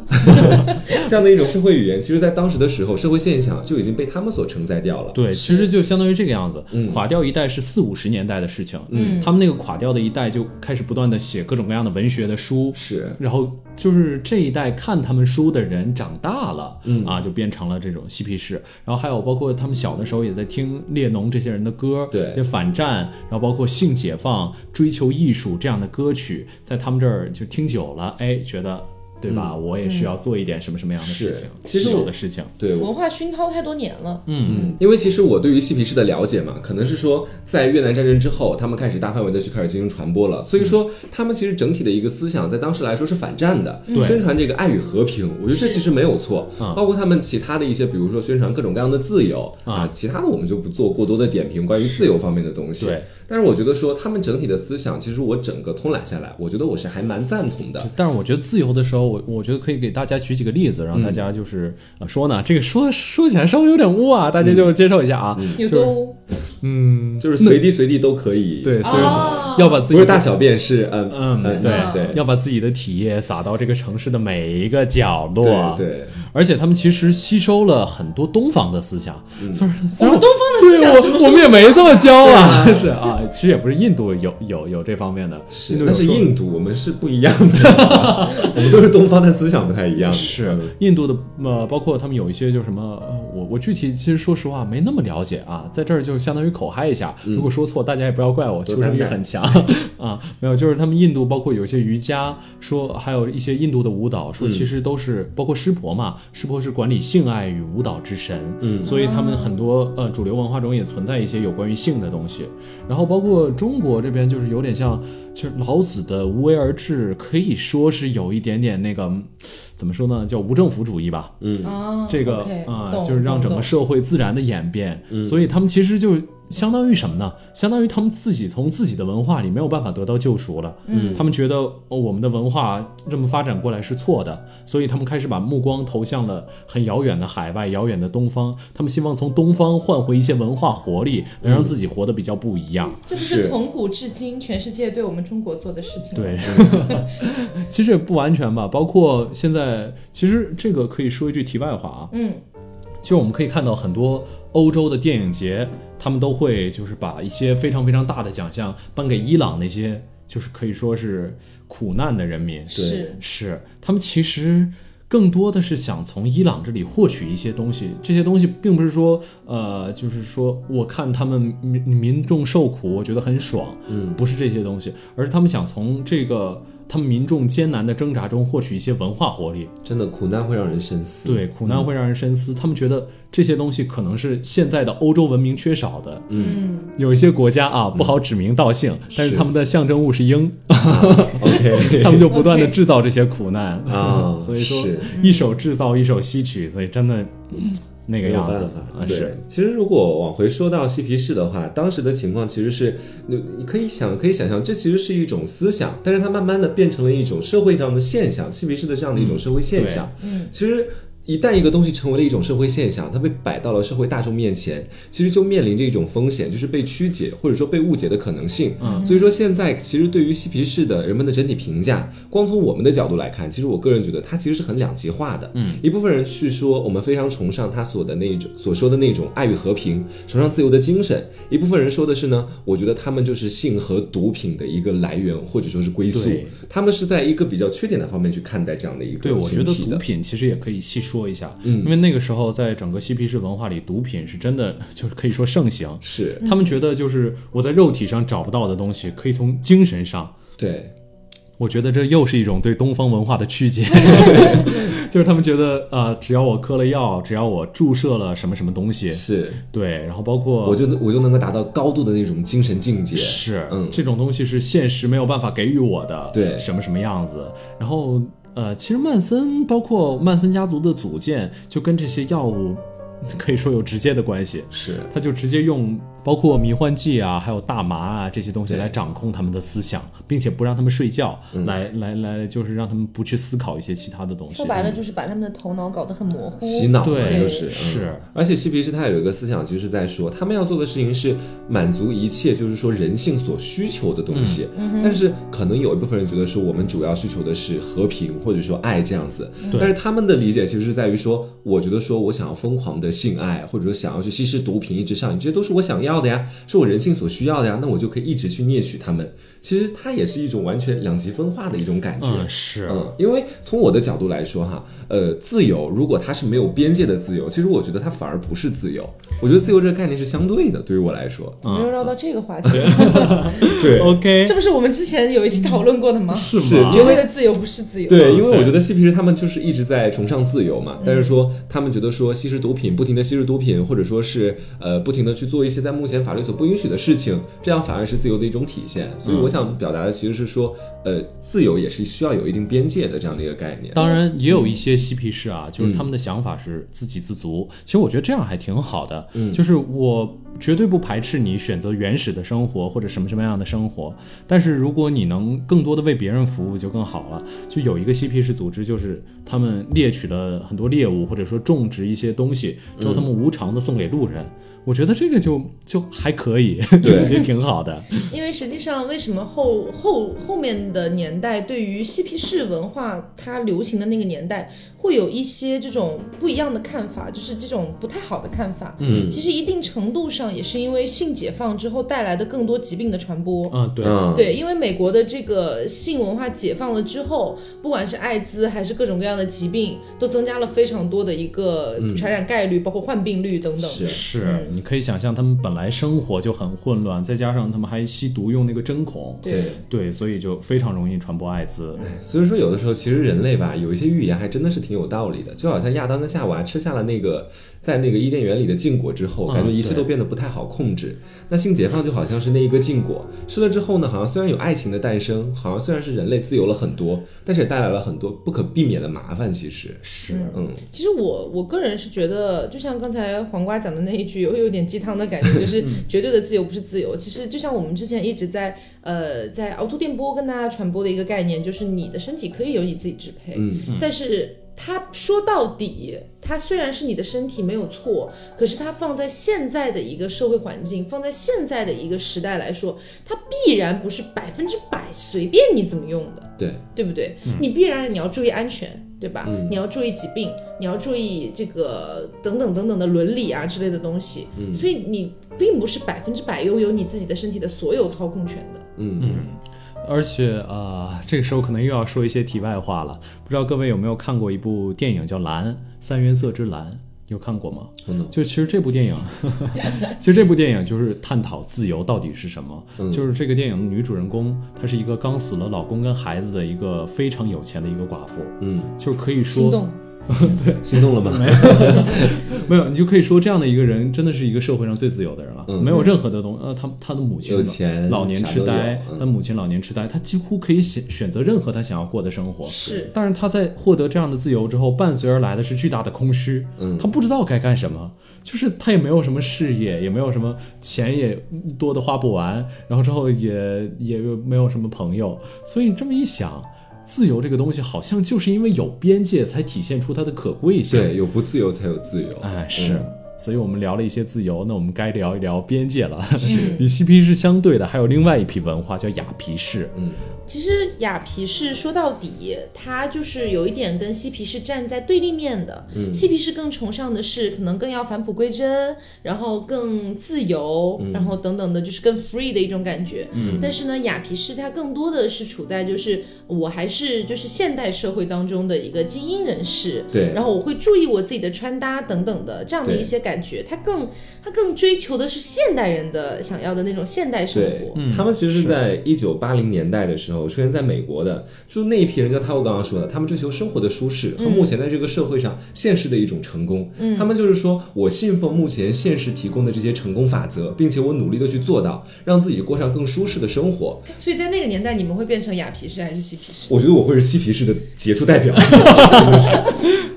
Speaker 3: 这样的一种社会语言，其实在当时的时候，社会现象就已经被他们所承载掉了。
Speaker 1: 对，其实就相当于这个样子，
Speaker 3: 嗯
Speaker 1: 垮掉一代是四五十年代的事情，
Speaker 2: 嗯
Speaker 1: 他们那个垮掉的一代就开始不断的写各种各样的文学的书，
Speaker 3: 是，
Speaker 1: 然后就是这一代看他们书的人长大了，
Speaker 3: 嗯
Speaker 1: 啊，就变成了这种嬉皮士。然后还有包括他们小的时候也在听列侬这些人的歌，
Speaker 3: 对
Speaker 1: 这反战，然后包括性解放、追求艺术这样的歌曲，在他们这儿就听久了，哎，觉得对吧？我也需要做一点什么什么样的事
Speaker 3: 是
Speaker 1: 情，
Speaker 3: 其实我
Speaker 1: 有的事情，
Speaker 3: 对，我
Speaker 2: 文化熏陶太多年了，
Speaker 3: 嗯，因为其实我对于嬉皮士的了解嘛，可能是说在越南战争之后，他们开始大范围的去开始进行传播了，所以说他们其实整体的一个思想在当时来说是反战的，
Speaker 1: 嗯对
Speaker 3: 宣传这个爱与和平，我觉得这其实没有错，
Speaker 1: 嗯
Speaker 3: 包括他们其他的一些，比如说宣传各种各样的自由
Speaker 1: 啊
Speaker 3: 啊，其他的我们就不做过多的点评关于自由方面的东西，
Speaker 1: 对，
Speaker 3: 但是我觉得说他们整体的思想，其实我整个通览下来，我觉得我是还蛮赞同的，
Speaker 1: 但是我觉得自由的时候，我我觉得可以给大家举几个例子，让大家就是、呃说呢，这个说说起来稍微有点污啊，大家就接受一下啊，
Speaker 2: 有
Speaker 1: 就是
Speaker 2: 多污
Speaker 1: 嗯，
Speaker 3: 就是随地随地都可以，
Speaker 1: 对，所以
Speaker 2: 哦
Speaker 1: 要把自己
Speaker 3: 不是大小便是嗯
Speaker 1: 嗯对
Speaker 3: 对
Speaker 1: 要把自己的体液撒到这个城市的每一个角落，
Speaker 3: 对。对
Speaker 1: 而且他们其实吸收了很多东方的思想，
Speaker 3: 嗯
Speaker 1: 虽然虽
Speaker 2: 我
Speaker 1: 然
Speaker 2: 们东方的思想
Speaker 1: 对
Speaker 2: 什么时
Speaker 1: 我我
Speaker 2: 候
Speaker 1: 们也没这么教啊， (laughs) 是啊，其实也不是印度有有有这方面的，
Speaker 3: 是
Speaker 1: 印度有
Speaker 3: 但是
Speaker 1: 说
Speaker 3: 印度我们是不一样的，我们都是东方，但思想不太一样。
Speaker 1: 是印度的，呃，包括他们有一些就什么，呃我我具体其实说实话没那么了解啊，在这儿就相当于口嗨一下，
Speaker 3: 嗯
Speaker 1: 如果说错大家也不要怪我，
Speaker 3: 多
Speaker 1: 求生
Speaker 3: 担
Speaker 1: 欲
Speaker 3: 待
Speaker 1: 很强啊，没有，就是他们印度包括有一些瑜伽，说还有一些印度的舞蹈，说其实都是、包括湿婆嘛，湿婆是管理性爱与舞蹈之神，
Speaker 3: 嗯
Speaker 1: 所以他们很多呃主流文化中也存在一些有关于性的东西，然后包括中国这边就是有点像，其实老子的无为而治可以说是有一点点那个嗯怎么说呢，叫无政府主义吧。
Speaker 2: 啊，
Speaker 1: 这个
Speaker 2: OK，
Speaker 1: 啊、
Speaker 2: 懂
Speaker 1: 就是让
Speaker 2: 懂
Speaker 1: 整个
Speaker 2: 懂
Speaker 1: 社会自然的演变，所以他们其实就相当于什么呢？相当于他们自己从自己的文化里没有办法得到救赎了。嗯，他们觉得、哦我们的文化这么发展过来是错的，所以他们开始把目光投向了很遥远的海外、遥远的东方。他们希望从东方换回一些文化活力，能让自己活得比较不一样。
Speaker 2: 这不
Speaker 3: 是
Speaker 2: 是从古至今全世界对我们中国做的事情吗？
Speaker 1: 对， (laughs) 其实也不完全吧，包括现在，其实这个可以说一句题外话啊，
Speaker 2: 嗯，
Speaker 1: 其实我们可以看到很多欧洲的电影节，他们都会就是把一些非常非常大的奖项颁给伊朗那些就是可以说是苦难的人民，
Speaker 2: 是
Speaker 1: 是，他们其实更多的是想从伊朗这里获取一些东西。这些东西并不是说，呃，就是说我看他们民民众受苦，我觉得很爽，
Speaker 3: 嗯，
Speaker 1: 不是这些东西，而是他们想从这个他们民众艰难的挣扎中获取一些文化活力。
Speaker 3: 真的苦难会让人深思。，
Speaker 1: 对，苦难会让人深思，他们觉得这些东西可能是现在的欧洲文明缺少的。
Speaker 2: 嗯，
Speaker 1: 有一些国家啊，不好指名道姓，但是
Speaker 3: 嗯是
Speaker 1: 他们的象征物是鹰， (laughs)
Speaker 3: OK
Speaker 1: 他们就不断的制造这些苦难。
Speaker 3: 啊，
Speaker 1: 所以说
Speaker 3: 是
Speaker 1: 一手制造，一手吸取，所以真的、那个
Speaker 3: 没有
Speaker 1: 样
Speaker 3: 办
Speaker 1: 子
Speaker 3: 法
Speaker 1: 啊，
Speaker 3: 对
Speaker 1: 是。
Speaker 3: 其实如果往回说到嬉皮士的话，当时的情况其实是，你你可以想，可以想象，这其实是一种思想，但是它慢慢的变成了一种社会上的现象，嬉皮士的这样的一种社会现象。
Speaker 2: 嗯，
Speaker 3: 其实。一旦一个东西成为了一种社会现象，它被摆到了社会大众面前，其实就面临着一种风险，就是被曲解或者说被误解的可能性。
Speaker 1: 嗯，
Speaker 3: 所以说现在其实对于嬉皮士的人们的整体评价，光从我们的角度来看，其实我个人觉得它其实是很两极化的。
Speaker 1: 嗯，
Speaker 3: 一部分人去说我们非常崇尚他所的那一种所说的那种爱与和平，崇尚自由的精神；一部分人说的是呢，我觉得他们就是性和毒品的一个来源或者说是归宿
Speaker 1: 对，
Speaker 3: 他们是在一个比较缺点的方面去看待这样的一个
Speaker 1: 对，我觉
Speaker 3: 群
Speaker 1: 得
Speaker 3: 体
Speaker 1: 毒
Speaker 3: 的。
Speaker 1: 品其实也可以细说一下，
Speaker 3: 嗯
Speaker 1: 因为那个时候在整个嬉皮士文化里，毒品是真的就是可以说盛行。
Speaker 3: 是
Speaker 1: 他们觉得就是我在肉体上找不到的东西，可以从精神上
Speaker 3: 对，
Speaker 1: 我觉得这又是一种对东方文化的曲解， (laughs) 就是他们觉得啊、呃只要我嗑了药，只要我注射了什么什么东西，
Speaker 3: 是，
Speaker 1: 对，然后包括
Speaker 3: 我就我就能够达到高度的那种精神境界。
Speaker 1: 嗯是，
Speaker 3: 嗯
Speaker 1: 这种东西是现实没有办法给予我的，
Speaker 3: 对
Speaker 1: 什么什么样子。然后呃，其实曼森包括曼森家族的组建，就跟这些药物可以说有直接的关系。
Speaker 3: 是
Speaker 1: 他就直接用包括迷幻剂啊，还有大麻啊这些东西
Speaker 3: 对嗯
Speaker 1: 来掌控他们的思想，并且不让他们睡觉，来来来，就是让他们不去思考一些其他的东西。
Speaker 2: 说白了就是把他们的头脑搞得很模糊。
Speaker 3: 洗脑嘛，
Speaker 1: 对
Speaker 3: 就是
Speaker 1: 是
Speaker 3: 嗯而且嬉皮士他有一个思想，就是在说他们要做的事情是满足一切，就是说人性所需求的东西。
Speaker 1: 嗯
Speaker 3: 但是可能有一部分人觉得说，我们主要需求的是和平或者说爱这样子。
Speaker 1: 对
Speaker 3: 但是他们的理解其实是在于说，我觉得说我想要疯狂的性爱，或者说想要去吸食毒品，一直上瘾，这些都是我想要的呀，是我人性所需要的呀，那我就可以一直去猎取他们。其实它也是一种完全两极分化的一种感觉。
Speaker 1: 嗯，是，
Speaker 3: 嗯，因为从我的角度来说哈，呃，自由如果它是没有边界的自由，其实我觉得它反而不是自由。我觉得自由这个概念是相对的，对于我来说，
Speaker 2: 怎
Speaker 1: 啊
Speaker 2: 么又绕到这
Speaker 1: (laughs)
Speaker 2: 个话题？
Speaker 3: 对
Speaker 1: OK，
Speaker 2: 这不是我们之前有一期讨论过的吗？
Speaker 1: 是
Speaker 3: 是
Speaker 1: 吗？
Speaker 2: 原来的自由不是自由。
Speaker 3: 对，因为
Speaker 1: 对
Speaker 3: 我觉得嬉皮士他们就是一直在崇尚自由嘛，但是说他们觉得说吸食毒品，不停的吸食毒品，或者说是呃不停的去做一些在目前法律所不允许的事情，这样反而是自由的一种体现。所以我想表达的其实是说，呃，自由也是需要有一定边界的这样的一个概念。
Speaker 1: 当然，也有
Speaker 3: 嗯
Speaker 1: 一些嬉皮士啊，就是他们的想法是自给自足。其实我觉得这样还挺好的，
Speaker 3: 嗯
Speaker 1: 就是我绝对不排斥你选择原始的生活或者什么什么样的生活，但是如果你能更多的为别人服务就更好了。就有一个嬉皮士组织，就是他们猎取了很多猎物，或者说种植一些东西
Speaker 3: 嗯
Speaker 1: 之后，他们无偿的送给路人。我觉得这个就就还可以， (laughs) 就
Speaker 3: 对
Speaker 1: 也挺好的。
Speaker 2: 因为实际上，为什么后后后面的年代对于嬉皮士文化它流行的那个年代，会有一些这种不一样的看法，就是这种不太好的看法。嗯，其实一定程度上也是因为性解放之后带来的更多疾病的传播。
Speaker 1: 嗯，对，
Speaker 3: 嗯，
Speaker 2: 对，因为美国的这个性文化解放了之后，不管是艾滋还是各种各样的疾病，都增加了非常多的一个传染概率，包括患病率等等。
Speaker 3: 是
Speaker 1: 是，你可以想象他们本来生活就很混乱，再加上他们还吸毒用那个针孔，
Speaker 2: 对。
Speaker 1: 对，所以就非常容易传播艾滋。
Speaker 3: 所以说，有的时候其实人类吧，有一些预言还真的是挺有道理的。就好像亚当跟夏娃吃下了那个在那个伊甸园里的禁果之后，
Speaker 1: 嗯
Speaker 3: 感觉一切
Speaker 1: 对
Speaker 3: 都变得不太好控制。那性解放就好像是那一个禁果，吃了之后呢，好像虽然有爱情的诞生，好像虽然是人类自由了很多，但是也带来了很多不可避免的麻烦。其实，
Speaker 1: 是，
Speaker 3: 嗯，
Speaker 2: 其实我我个人是觉得，就像刚才黄瓜讲的那一句，有有点鸡汤的感觉，就是绝对的自由不是自由。其实就像我们之前一直在呃在凹凸电波跟大家传播的一个概念，就是你的身体可以由你自己支配，
Speaker 3: 嗯
Speaker 2: 但是。它说到底，它虽然是你的身体没有错，可是它放在现在的一个社会环境，放在现在的一个时代来说，它必然不是百分之百随便你怎么用的。
Speaker 3: 对，
Speaker 2: 对不对？你必然你要注意安全，对吧？你要注意疾病，你要注意这个等等等等的伦理啊之类的东西。所以你并不是百分之百拥有你自己的身体的所有操控权的。
Speaker 3: 嗯
Speaker 1: 而且呃，这个时候可能又要说一些题外话了。不知道各位有没有看过一部电影叫《蓝三原色之蓝》，有看过吗？
Speaker 3: 嗯，
Speaker 1: 就其实这部电影，其实这部电影就是探讨自由到底是什么。就是这个电影的女主人公，她是一个刚死了老公跟孩子的一个非常有钱的一个寡妇，
Speaker 3: 嗯，
Speaker 1: 就是可以
Speaker 2: 心
Speaker 1: 说
Speaker 2: 动，
Speaker 3: 心动了吗？ (laughs)
Speaker 1: 没有，你就可以说这样的一个人真的是一个社会上最自由的人了，没有任何的东呃，他他的母亲
Speaker 3: 嗯有钱
Speaker 1: 老年痴呆
Speaker 3: 啥都有，嗯
Speaker 1: 他母亲老年痴呆，他几乎可以选选择任何他想要过的生活。
Speaker 2: 是
Speaker 1: 但是他在获得这样的自由之后，伴随而来的是巨大的空虚，
Speaker 3: 嗯
Speaker 1: 他不知道该干什么，就是他也没有什么事业，也没有什么钱，也多的花不完，然后之后也也没有什么朋友，所以这么一想。自由这个东西，好像就是因为有边界，才体现出它的可贵性。
Speaker 3: 对，有嗯不自由才有自由。
Speaker 1: 哎，是。所以我们聊了一些自由，那我们该聊一聊边界了。 (laughs) 与嬉皮士相对的，还有另外一批文化叫雅皮士。
Speaker 3: 嗯
Speaker 2: 其实雅皮士说到底，它就是有一点跟嬉皮士站在对立面的。
Speaker 3: 嗯
Speaker 2: 嬉皮士更崇尚的是可能更要返璞归真，然后更自由，
Speaker 3: 嗯
Speaker 2: 然后等等的，就是更 free 的一种感觉。但是呢，雅皮士它更多的是处在就是我还是就是现代社会当中的一个精英人士，
Speaker 3: 对
Speaker 2: 然后我会注意我自己的穿搭等等的这样的
Speaker 3: 对
Speaker 2: 一些感觉，他更他更追求的是现代人的想要的那种现代生
Speaker 3: 对
Speaker 2: 活，，
Speaker 3: 他们其实是在一九八零年代的时候出现在美国的，就那一批人，就他我刚刚说的，他们追求生活的舒
Speaker 2: 嗯
Speaker 3: 适和目前在这个社会上现实的一种成功。他们就是说我信奉目前现实提供的这些成功法则，并且我努力的去做到，让自己过上更舒适的生活。
Speaker 2: 所以在那个年代，你们会变成雅皮士还是嬉皮士？
Speaker 3: 我觉得我会是嬉皮士的杰出
Speaker 2: (laughs)
Speaker 3: 代表。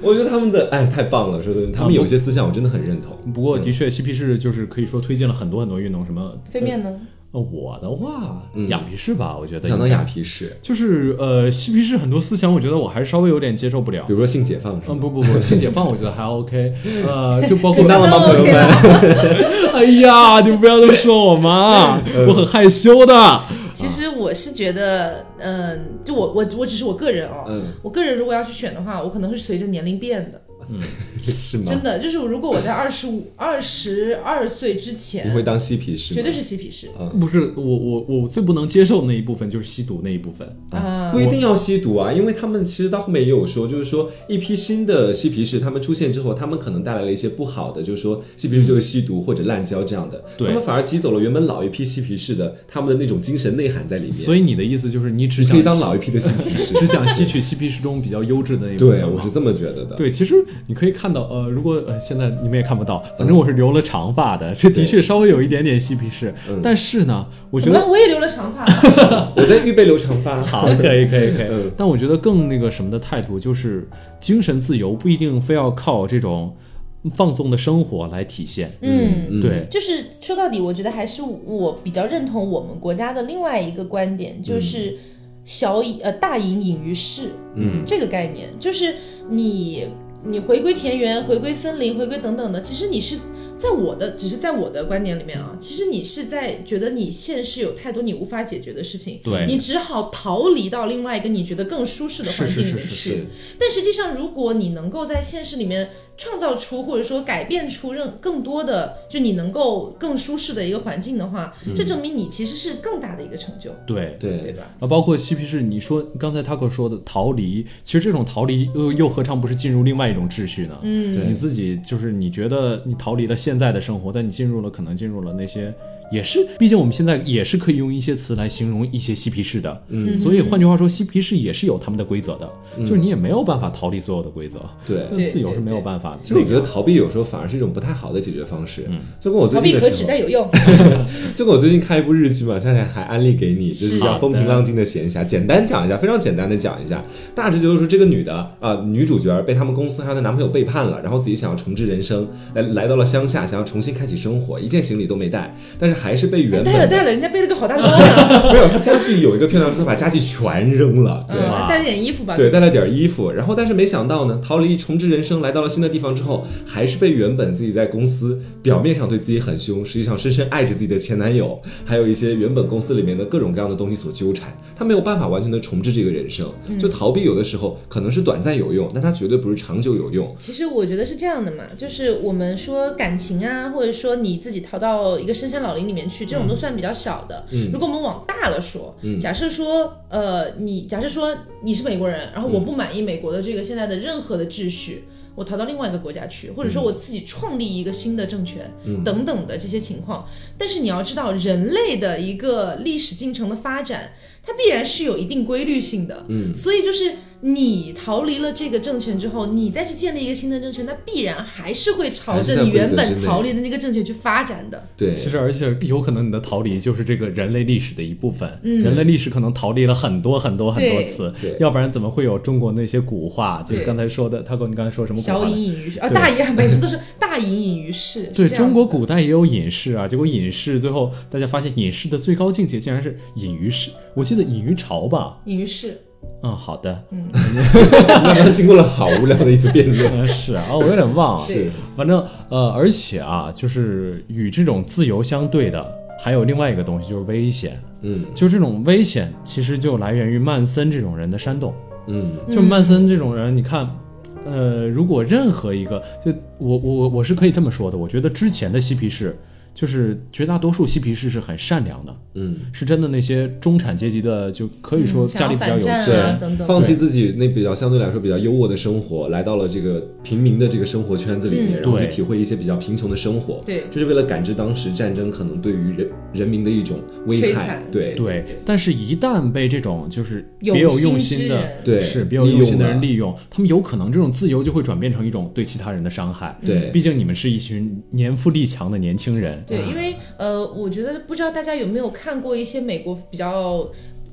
Speaker 3: 我觉得他们的哎太棒了，说的他们有些思想我真的很认同。
Speaker 1: 不过的确，嬉皮士就是可以说推荐了很多很多运动，什么
Speaker 2: 飞面呢？
Speaker 1: 呃，我的话，雅皮士吧，我觉得
Speaker 3: 嗯想当
Speaker 1: 应该
Speaker 3: 雅皮士，
Speaker 1: 就是呃，嬉皮士很多思想，我觉得我还是稍微有点接受不了
Speaker 3: 比。如说性解放是
Speaker 1: 嗯，
Speaker 3: 吗？
Speaker 1: 不不不，性解放我觉得还
Speaker 3: (laughs)
Speaker 1: OK，呃，就包括
Speaker 3: 听到了吗，朋友们？
Speaker 1: 哎呀，你们不要这么说我
Speaker 3: (laughs)
Speaker 1: 嘛，
Speaker 3: 嗯
Speaker 1: 我很害羞的。
Speaker 2: 其实我是觉得，嗯、就我我我只是我个人哦，
Speaker 3: 嗯 (laughs)
Speaker 2: 我个人如果要去选的话，我可能会随着年龄变的，
Speaker 3: 是吗？
Speaker 2: 真的就是如果我在二十五、二十二岁之前
Speaker 3: 你，会当嬉皮士吗？
Speaker 2: 绝对是嬉皮士
Speaker 1: 不是我我我最不能接受那一部分就是吸毒那一部分。
Speaker 2: 啊。
Speaker 3: 不一定要吸毒啊，因为他们其实到后面也有说，就是说一批新的嬉皮士他们出现之后，他们可能带来了一些不好的，就是说嬉皮士就是吸毒或者滥交这样的，
Speaker 1: 对
Speaker 3: 他们反而挤走了原本老一批嬉皮士的他们的那种精神内涵在里面。
Speaker 1: 所以你的意思就是你只
Speaker 3: 你
Speaker 1: 想
Speaker 3: 可 (laughs) 以当老一批的嬉皮士，
Speaker 1: 只想吸取嬉皮士中比较优质的那一部
Speaker 3: 对
Speaker 1: 分
Speaker 3: 我
Speaker 1: 吗
Speaker 3: 是？这么觉得的。
Speaker 1: 对，其实你可以看到，呃，如果呃现在你们也看不到，反正我是留了长发的，这的确稍微有一点点嬉皮士，但是呢，我觉
Speaker 2: 怎
Speaker 1: 得
Speaker 2: 么了？我也留了长发，
Speaker 3: 我在预备留长发。
Speaker 1: 好， (laughs) 可以，可以，可以
Speaker 3: 嗯。
Speaker 1: 但我觉得更那个什么的态度，就是精神自由不一定非要靠这种放纵的生活来体现。
Speaker 2: 嗯。
Speaker 3: 嗯
Speaker 1: 对，
Speaker 2: 就是说到底，我觉得还是我比较认同我们国家的另外一个观点，
Speaker 1: 嗯
Speaker 2: 就是小隐呃大隐隐于市，
Speaker 3: 嗯，
Speaker 2: 这个概念就是你你回归田园、回归森林、回归等等的，其实你是在我的只是在我的观点里面啊，其实你是在觉得你现实有太多你无法解决的事情，
Speaker 1: 对
Speaker 2: 你只好逃离到另外一个你觉得更舒适的环境里面去。
Speaker 1: 是是是
Speaker 3: 是，
Speaker 2: 但实际上，如果你能够在现实里面创造出或者说改变出任更多的，就你能够更舒适的一个环境的话，这证明你其实是更大的一个成就，
Speaker 1: 对。
Speaker 2: 对
Speaker 3: 对，
Speaker 2: 吧？
Speaker 1: 啊，包括嬉皮士，你说刚才 Taco 说的逃离，其实这种逃离，呃，又何尝不是进入另外一种秩序呢？
Speaker 2: 嗯，
Speaker 3: 对
Speaker 1: 你自己就是你觉得你逃离了现在的生活，但你进入了可能进入了那些也是，毕竟我们现在也是可以用一些词来形容一些嬉皮士的，嗯，所以换句话说，嬉皮士也是有他们的规则的，就是你也没有办法逃离所有的规则，
Speaker 3: 对
Speaker 1: 那
Speaker 2: 对
Speaker 1: 自由
Speaker 2: 对
Speaker 1: 是没有
Speaker 2: 对
Speaker 1: 办法的。
Speaker 3: 其实我觉得逃避有时候反而是一种不太好的解决方式。
Speaker 1: 嗯
Speaker 3: 就跟我最
Speaker 2: 逃
Speaker 3: 近
Speaker 2: 避
Speaker 3: 的
Speaker 2: 可
Speaker 3: 时
Speaker 2: 耻
Speaker 3: 候
Speaker 2: 但有用。
Speaker 3: 就跟我最近看一部日剧嘛，夏夏还安利给你，就是
Speaker 2: 是
Speaker 3: 叫《风平浪静的闲暇》，简单讲一下，非常简单的讲一下，大致就是说这个女的啊、女主角被他们公司还有她男朋友背叛了，然后自己想要重置人生，来来到了乡下，想要重新开启生活，一件行李都没带，但是还是被原
Speaker 2: 哎带了
Speaker 3: 本
Speaker 2: 带
Speaker 3: 的。
Speaker 2: 了，人家背了个好大的包
Speaker 3: (laughs)
Speaker 2: 呢，
Speaker 3: 没有，她家具有一个漂亮，她把家具全扔了， (laughs) 对，
Speaker 2: 嗯，带了点衣服吧。
Speaker 3: 对，带了点衣服，然后但是没想到呢，逃离重置人生，来到了新的地方之后，还是被原本自己在公司表面上对自己很凶，实际上深深爱着自己的前男友，还有一些原本公司里面的各种各样的东西所纠缠。他没有办法完全的重置这个人生，就逃避有的时候可能是短暂有用，但它绝对不是长久有用。
Speaker 2: 其实我觉得是这样的嘛，就是我们说感情啊，或者说你自己逃到一个深山老林里面去，这种都算比较小的。如果我们往大了说，假设说，呃，你假设说你是美国人，然后我不满意美国的这个现在的任何的秩序。我逃到另外一个国家去，或者说我自己创立一个新的政权，等等的这些情况。但是你要知道，人类的一个历史进程的发展，它必然是有一定规律性的。嗯，所以就是你逃离了这个政权之后，你再去建立一个新的政权，那必然还是会朝着你原本逃离的那个政权去发展的。
Speaker 1: (laughs)
Speaker 3: 对， (laughs)
Speaker 1: 其实，而且有可能你的逃离就是这个人类历史的一部分。人类历史可能逃离了很多很多很多
Speaker 2: 嗯对
Speaker 1: 次
Speaker 3: 对，
Speaker 1: 要不然怎么会有中国那些古话？就是
Speaker 2: 对
Speaker 1: 刚才说的，他跟你刚才说什么古话
Speaker 2: 小
Speaker 1: 来着
Speaker 2: 隐隐于市啊，
Speaker 1: 对
Speaker 2: 大隐每次都是大隐隐于市。是
Speaker 1: 对
Speaker 2: 这样
Speaker 1: 中国
Speaker 2: 子
Speaker 1: 古代也有隐士啊，结果隐士最后大家发现隐士的最高境界竟然是隐于市，我记得隐于朝吧。
Speaker 2: 隐于市，
Speaker 1: 嗯，好的，
Speaker 3: 刚刚经过了好无聊的一次辩论。
Speaker 1: 嗯是啊，我有点忘了。
Speaker 2: 是
Speaker 1: 反正呃，而且啊，就是与这种自由相对的，还有另外一个东西就是危险。
Speaker 3: 嗯
Speaker 1: 就这种危险，其实就来源于曼森这种人的煽动。
Speaker 3: 嗯，
Speaker 1: 就曼森这种人，你看，呃，如果任何一个，就我我我是可以这么说的，我觉得之前的嬉皮士就是绝大多数嬉皮士是很善良的，
Speaker 3: 嗯，
Speaker 1: 是真的那些中产阶级的，就可以说家里比较有
Speaker 2: 嗯想要反
Speaker 1: 钱，
Speaker 2: 战啊等等
Speaker 3: 放弃自己那比较相对来说比较优渥的生活，来到了这个平民的这个生活圈子里面，
Speaker 2: 嗯
Speaker 3: 然后去
Speaker 1: 对
Speaker 3: 体会一些比较贫穷的生活，
Speaker 2: 对
Speaker 3: 就是为了感知当时战争可能对于人人民的一种危
Speaker 2: 摧
Speaker 3: 害
Speaker 2: 残，
Speaker 3: 对
Speaker 1: 对，但是，一旦被这种就是
Speaker 2: 有
Speaker 1: 别有
Speaker 2: 心
Speaker 1: 用
Speaker 2: 之
Speaker 1: 心的
Speaker 2: 人，
Speaker 3: 对
Speaker 1: 是别有
Speaker 3: 利
Speaker 1: 用心
Speaker 3: 用
Speaker 1: 的
Speaker 3: 了
Speaker 1: 人利用，他们有可能这种自由就会转变成一种对其他人的伤害。
Speaker 3: 对
Speaker 1: 毕竟你们是一群年富力强的年轻人。
Speaker 2: 对，因为呃，我觉得不知道大家有没有看过一些美国比较。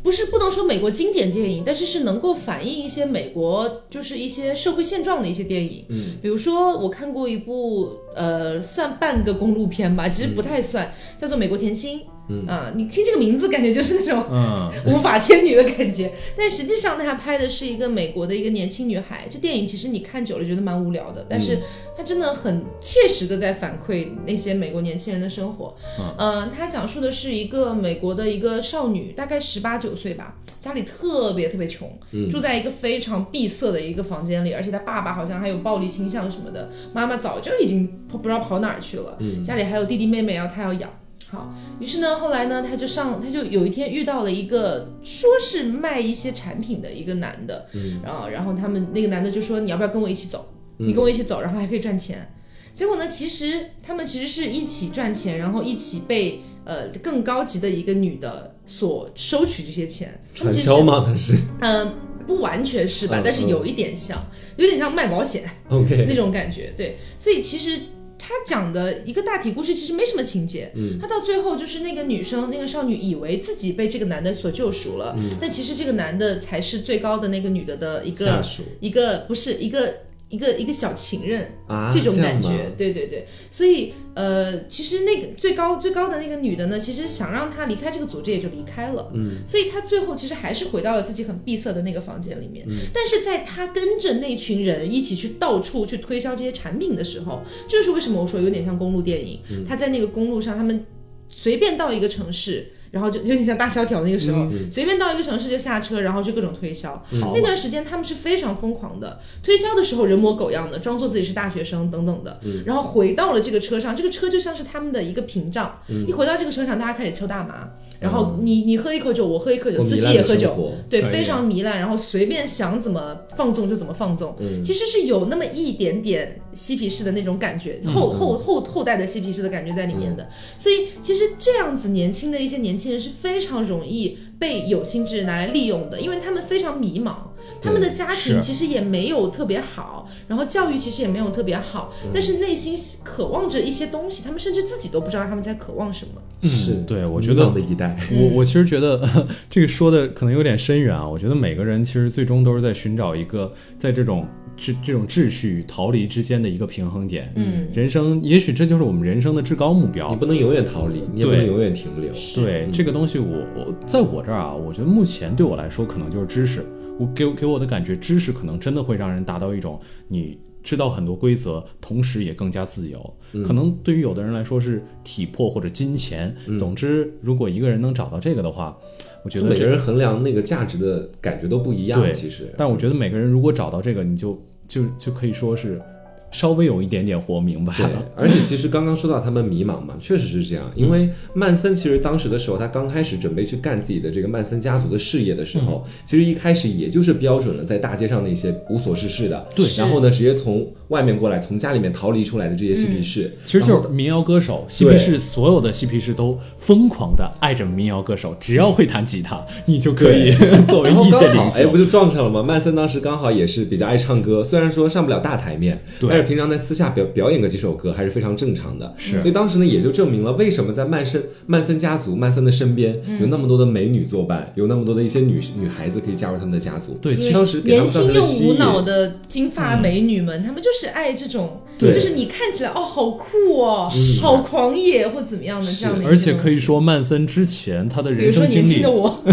Speaker 2: 不是不能说美国经典电影，但是是能够反映一些美国就是一些社会现状的一些电影。嗯，比如说我看过一部呃算半个公路片吧，其实不太算，叫做《美国甜心》。嗯啊，你听这个名字感觉就是那种
Speaker 1: 嗯，
Speaker 2: (laughs) 无法天女的感觉。但实际上，她拍的是一个美国的一个年轻女孩。这电影其实你看久了觉得蛮无聊的，但是它真的很切实的在反馈那些美国年轻人的生活。嗯、呃，它讲述的是一个美国的一个少女，大概十八九岁吧，家里特别特别穷，住在一个非常闭塞的一个房间里，而且她爸爸好像还有暴力倾向什么的，妈妈早就已经不知道跑哪儿去了，家里还有弟弟妹妹要她要养。好，于是呢，后来呢，他就上，他就有一天遇到了一个说是卖一些产品的一个男的，
Speaker 3: 嗯
Speaker 2: 然后然后他们那个男的就说你要不要跟我一起走？你跟我一起走，然后还可以赚钱。结果呢，其实他们其实是一起赚钱，然后一起被呃更高级的一个女的所收取这些钱。
Speaker 3: 传
Speaker 2: 他们其实
Speaker 3: 销吗？那是
Speaker 2: 嗯、不完全是吧
Speaker 3: 嗯，
Speaker 2: 但是有一点像，有点像卖保险。
Speaker 3: OK，
Speaker 2: (laughs) 那种感觉。对，所以其实他讲的一个大体故事其实没什么情节，嗯，他到最后就是那个女生，那个少女以为自己被这个男的所救赎了，
Speaker 3: 嗯
Speaker 2: 但其实这个男的才是最高的那个女的的一
Speaker 3: 下
Speaker 2: 个
Speaker 3: 属
Speaker 2: 一个不是一个一个一个小情人，
Speaker 3: 啊，
Speaker 2: 这种
Speaker 3: 样
Speaker 2: 感
Speaker 3: 吗
Speaker 2: 觉，对对对，所以呃，其实那个最高最高的那个女的呢，其实想让她离开这个组织，也就离开了，嗯，所以她最后其实还是回到了自己很闭塞的那个房间里面，
Speaker 3: 嗯
Speaker 2: 但是在她跟着那群人一起去到处去推销这些产品的时候，这就是为什么我说有点像公路电影，
Speaker 3: 嗯
Speaker 2: 她在那个公路上，他们随便到一个城市。然后就 (laughs) 有点像大萧条那个时候，
Speaker 3: 嗯
Speaker 2: 随便到一个城市就下车，然后去各种推销。
Speaker 1: 好
Speaker 2: 那段时间他们是非常疯狂的，推销的时候人模狗样的，装作自己是大学生等等的，
Speaker 3: 嗯
Speaker 2: 然后回到了这个车上，这个车就像是他们的一个屏障。
Speaker 3: 嗯
Speaker 2: 一回到这个车上，大家开始抽大麻，然后你你喝一口酒，我喝一口酒，
Speaker 3: 我
Speaker 2: 司
Speaker 3: 哦糜
Speaker 2: 机
Speaker 3: 烂
Speaker 2: 也
Speaker 3: 的
Speaker 2: 喝
Speaker 3: 生
Speaker 2: 酒，
Speaker 3: 活，
Speaker 2: 对，
Speaker 1: 可以
Speaker 2: 非常糜烂，然后随便想怎么放纵就怎么放纵，
Speaker 1: 嗯
Speaker 2: 其实是有那么一点点嬉皮士的那种感觉，
Speaker 1: 嗯
Speaker 2: 后后后后代的嬉皮士的感觉在里面的。所以其实这样子年轻的一些年轻人是非常容易被有心之人拿来利用的，因为他们非常迷茫。他们的家庭
Speaker 1: 是
Speaker 2: 其实也没有特别好，然后教育其实也没有特别好，
Speaker 1: 嗯
Speaker 2: 但是内心渴望着一些东西，他们甚至自己都不知道他们在渴望什么。
Speaker 3: 是
Speaker 1: 嗯对我觉得嗯
Speaker 3: 迷茫的一代，
Speaker 1: 我我其实觉得这个说的可能有点深远啊。我觉得每个人其实最终都是在寻找一个在这种这这种秩序与逃离之间的一个平衡点。
Speaker 2: 嗯，
Speaker 1: 人生也许这就是我们人生的至高目标
Speaker 3: 你。不嗯能永远逃离，你也不
Speaker 1: 对
Speaker 3: 能永远停留，
Speaker 1: 对这个东西我，我在我这儿啊，我觉得目前对我来说可能就是知识。我给我给我的感觉，知识可能真的会让人达到一种你知道很多规则，同时也更加自由。
Speaker 3: 嗯
Speaker 1: 可能对于有的人来说是体魄或者金钱。
Speaker 3: 嗯
Speaker 1: 总之，如果一个人能找到这个的话，我觉
Speaker 3: 就
Speaker 1: 得
Speaker 3: 每
Speaker 1: 这
Speaker 3: 个人衡量那个价值的感觉都不一样，
Speaker 1: 对
Speaker 3: 其实
Speaker 1: 但我觉得每个人如果找到这个，你就就就可以说是稍微有一点点活明白
Speaker 3: 对
Speaker 1: 了。，
Speaker 3: 而且其实刚刚说到他们迷茫嘛，确实是这样。因为曼森其实当时的时候，他刚开始准备去干自己的这个曼森家族的事业的时候，其实一开始也就是标准了在大街上那些无所事事的，
Speaker 1: 对
Speaker 2: 是
Speaker 3: 然后呢，直接从外面过来，从家里面逃离出来的这些嬉皮士，
Speaker 1: 其实就是民谣歌手，嬉皮士所有的嬉皮士都疯狂的爱着民谣歌手，只要会弹吉他，你就可以作为
Speaker 3: (laughs) 然后
Speaker 1: 意
Speaker 3: 刚
Speaker 1: 见
Speaker 3: 好
Speaker 1: 领
Speaker 3: 哎，
Speaker 1: 袖
Speaker 3: 不。就撞上了吗？曼森当时刚好也是比较爱唱歌，虽然说上不了大台面，
Speaker 1: 对
Speaker 3: 但是平常在私下表表演个几首歌还是非常正常的。
Speaker 1: 是
Speaker 3: 所以当时呢，也就证明了为什么在曼森曼森家族、曼森的身边
Speaker 2: 嗯
Speaker 3: 有那么多的美女作伴，有那么多的一些女女孩子可以加入他们的家族。
Speaker 1: 对
Speaker 2: 因
Speaker 3: (laughs)
Speaker 2: 为
Speaker 3: 当时给他
Speaker 2: 年
Speaker 3: 们造
Speaker 2: 轻
Speaker 3: 成
Speaker 2: 又
Speaker 3: 了吸
Speaker 2: 无
Speaker 3: 引。
Speaker 2: 脑的金发美女们，她们就是爱这种，
Speaker 1: 对
Speaker 2: 就是你看起来哦，好酷哦，
Speaker 3: 嗯
Speaker 2: 好狂野或怎么样的这样的一些东
Speaker 1: 而
Speaker 2: 西，
Speaker 1: 且可以说，曼森之前他的
Speaker 2: 比
Speaker 1: 人
Speaker 2: 如说
Speaker 1: 生经
Speaker 3: (laughs)
Speaker 2: 年轻
Speaker 1: 历
Speaker 2: 的，我，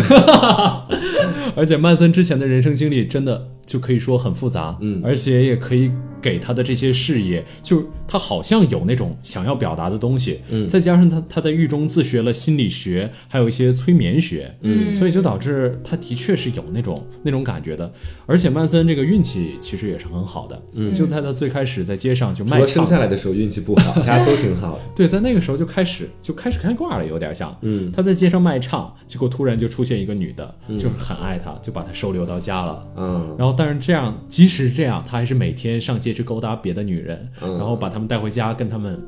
Speaker 1: 而且曼森之前的人生经历真的就可以说很复杂，嗯，而且也可以给他的这些事业，就是他好像有那种想要表达的东西，嗯，再加上他他在狱中自学了心理学，还有一些催眠学，嗯，所以就导致他的确是有那种那种感觉的。而且曼森这个运气其实也是很好的，嗯，就在他最开始在街上就
Speaker 3: 除
Speaker 1: 卖
Speaker 3: 了
Speaker 1: 唱
Speaker 3: 生，下来的时候运气不好，其他都挺
Speaker 1: (laughs)
Speaker 3: 好的。
Speaker 1: 对，在那个时候就开始就开始开挂了，有点像，嗯，他在街上卖唱，结果突然就出现一个女的，就是很爱他，就把他收留到家了，
Speaker 3: 嗯，
Speaker 1: 然后，但是这样，即使这样，他还是每天上街去勾搭别的女人，
Speaker 3: 嗯
Speaker 1: 然后把她们带回家，跟她们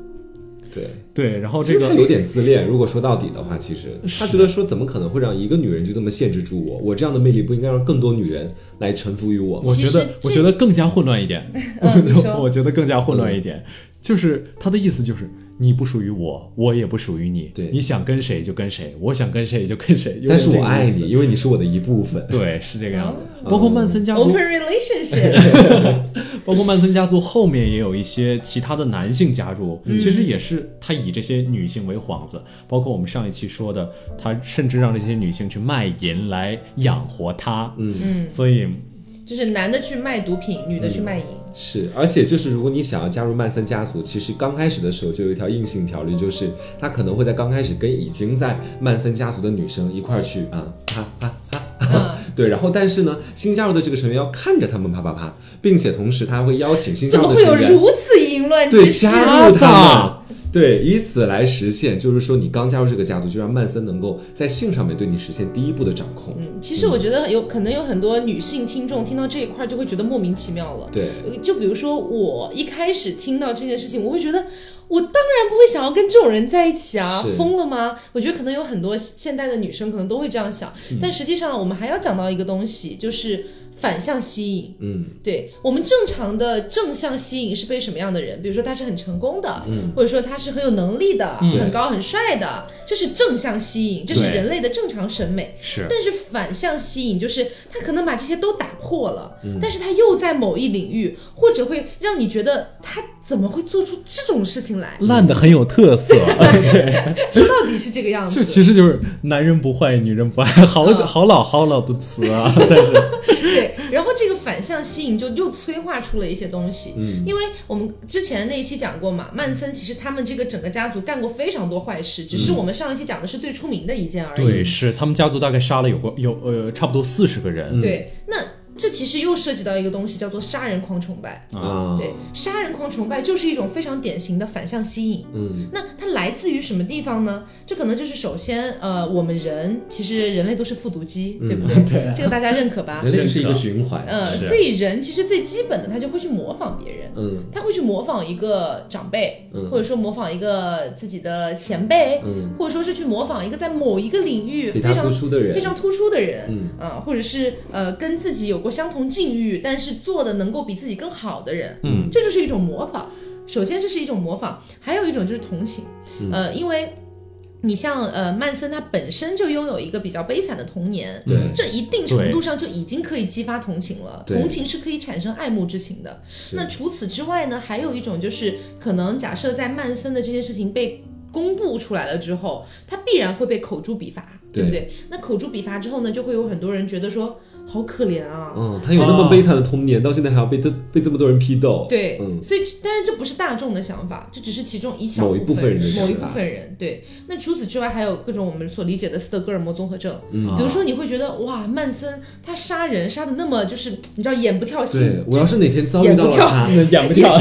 Speaker 3: 对。
Speaker 1: 对，然后
Speaker 3: 其
Speaker 1: 这
Speaker 3: 实他
Speaker 1: 个
Speaker 3: 有点自恋，如果说到底的话，其实他觉得说怎么可能会让一个女人就这么限制住我？我这样的魅力不应该让更多女人来臣服于我吗？
Speaker 1: 我觉
Speaker 2: 其
Speaker 1: 得
Speaker 2: 实这
Speaker 1: 我觉得更加混乱一点，
Speaker 2: (laughs) 嗯你
Speaker 1: (laughs)
Speaker 2: 说
Speaker 1: 我觉得更加混乱一点，就是他的意思就是你不属于我，我也不属于你，
Speaker 3: 对
Speaker 1: 你想跟谁就跟谁，我想跟谁就跟谁，有
Speaker 3: 但是
Speaker 1: 点这
Speaker 3: 我
Speaker 1: 个
Speaker 3: 爱
Speaker 1: 意思
Speaker 3: 你，，因为你是我的一部分。
Speaker 1: 对，是这个样子。
Speaker 2: 哦
Speaker 1: 包括曼森家族
Speaker 3: (laughs)
Speaker 2: Open relationship，
Speaker 1: 包括曼森家族后面也有一些其他的男性加入，其实也是他以这些女性为幌子，包括我们上一期说的，他甚至让这些女性去卖淫来养活他。嗯，所以
Speaker 2: 就是男的去卖毒品，
Speaker 3: 嗯
Speaker 2: 女的去卖淫。
Speaker 3: 是，而且就是如果你想要加入曼森家族，其实刚开始的时候就有一条硬性条例，就是他可能会在刚开始跟已经在曼森家族的女生一块儿去啊啪啪啪。 (laughs) 对，然后但是呢，新加入的这个成员要看着他们啪啪啪，并且同时他会邀请新加
Speaker 2: 怎
Speaker 3: 入
Speaker 2: 么
Speaker 3: 的
Speaker 2: 会有
Speaker 3: 成员
Speaker 2: 如此淫乱之
Speaker 3: 对
Speaker 2: 事？
Speaker 3: 加入
Speaker 1: 啊
Speaker 3: 他们，对，以此来实现，就是说你刚加入这个家族，就让曼森能够在性上面对你实现第一步的掌控。
Speaker 2: 嗯其实我觉得有可能有很多女性听众听到这一块儿就会觉得莫名其妙了。
Speaker 3: 对，
Speaker 2: 就比如说我一开始听到这件事情，我会觉得我当然不会想要跟这种人在一起啊
Speaker 3: 是，
Speaker 2: 疯了吗？我觉得可能有很多现代的女生可能都会这样想，
Speaker 3: 嗯
Speaker 2: 但实际上我们还要讲到一个东西，就是反向吸引。
Speaker 3: 嗯，
Speaker 2: 对我们正常的正向吸引是被什么样的人？比如说他是很成功的，
Speaker 3: 嗯
Speaker 2: 或者说他是很有能力的、
Speaker 1: 嗯
Speaker 2: 很高很帅的，这是正向吸引，这是
Speaker 1: 对
Speaker 2: 人类的正常审美。
Speaker 1: 是
Speaker 2: 但是反向吸引就是他可能把这些都打破了，
Speaker 1: 嗯
Speaker 2: 但是他又在某一领域，或者会让你觉得他怎么会做出这种事情来？
Speaker 1: 烂的很有特 (laughs) 色，
Speaker 2: 说到底是这个样
Speaker 1: (laughs) 就
Speaker 2: 子。
Speaker 1: 其实就是男人不坏，女人不爱，好久好老好老的词 (laughs) 啊。但是
Speaker 2: 对，然后这个反向吸引就又催化出了一些东西，
Speaker 1: 嗯
Speaker 2: 因为我们之前那一期讲过嘛，曼森其实他们这个整个家族干过非常多坏事，只是我们上一期讲的是最出名的一件而
Speaker 1: 嗯
Speaker 2: 已。
Speaker 1: 对，是他们家族大概杀了有过有呃差不多四十个人，
Speaker 2: 对，那这其实又涉及到一个东西，叫做杀人狂崇拜。
Speaker 3: 啊，
Speaker 2: 对，杀人狂崇拜就是一种非常典型的反向吸引。
Speaker 3: 嗯，
Speaker 2: 那它来自于什么地方呢？这可能就是首先，呃，我们人其实人类都是复读机，对
Speaker 3: (laughs)
Speaker 2: 不对？
Speaker 1: 对啊
Speaker 2: 这个大家认可吧
Speaker 3: 人？类嗯是一个啊循环。
Speaker 2: 呃，
Speaker 1: 是
Speaker 2: 所以人其实最基本的，他就会去模仿别人。
Speaker 3: 嗯
Speaker 2: 他会去模仿一个长辈，
Speaker 3: 嗯
Speaker 2: 或者说模仿一个自己的前辈，
Speaker 3: 嗯，
Speaker 2: 或者说是去模仿一个在某一个领域
Speaker 3: 比
Speaker 2: 非
Speaker 3: 他
Speaker 2: 常
Speaker 3: 突出的人
Speaker 2: 非常突出的人，嗯啊，或者是呃跟自己有过相同境遇，但是做的能够比自己更好的人，
Speaker 1: 嗯，
Speaker 2: 这就是一种模仿。首先，这是一种模仿，还有一种就是同情，呃，因为。你像呃，曼森他本身就拥有一个比较悲惨的童年，
Speaker 3: 对
Speaker 1: 嗯
Speaker 2: 这一定程度上就已经可以激发同情了。
Speaker 3: 对
Speaker 2: 同情是可以产生爱慕之情的。那除此之外呢，还有一种就是，可能假设在曼森的这件事情被公布出来了之后，他必然会被口诛笔伐，对不
Speaker 3: 对
Speaker 2: 对？那口诛笔伐之后呢，就会有很多人觉得说，好可怜啊。
Speaker 3: 嗯，他有那么悲惨的童年，到现在还要被这被这么多人批斗。
Speaker 2: 对，
Speaker 3: 嗯
Speaker 2: 所以当然这不是大众的想法，这只是其中一小
Speaker 3: 某一部分人的想法
Speaker 2: 某一部分人。对，那除此之外还有各种我们所理解的斯德哥尔摩综合症，比
Speaker 1: 啊嗯
Speaker 2: 如说你会觉得哇，曼森他杀人杀的那么就是你知道眼不跳
Speaker 3: 对
Speaker 2: 心，，
Speaker 3: 我要是哪天遭遇到
Speaker 1: 啊
Speaker 3: 了他，
Speaker 2: (laughs)
Speaker 1: (laughs) 演不
Speaker 2: 眼
Speaker 1: 跳。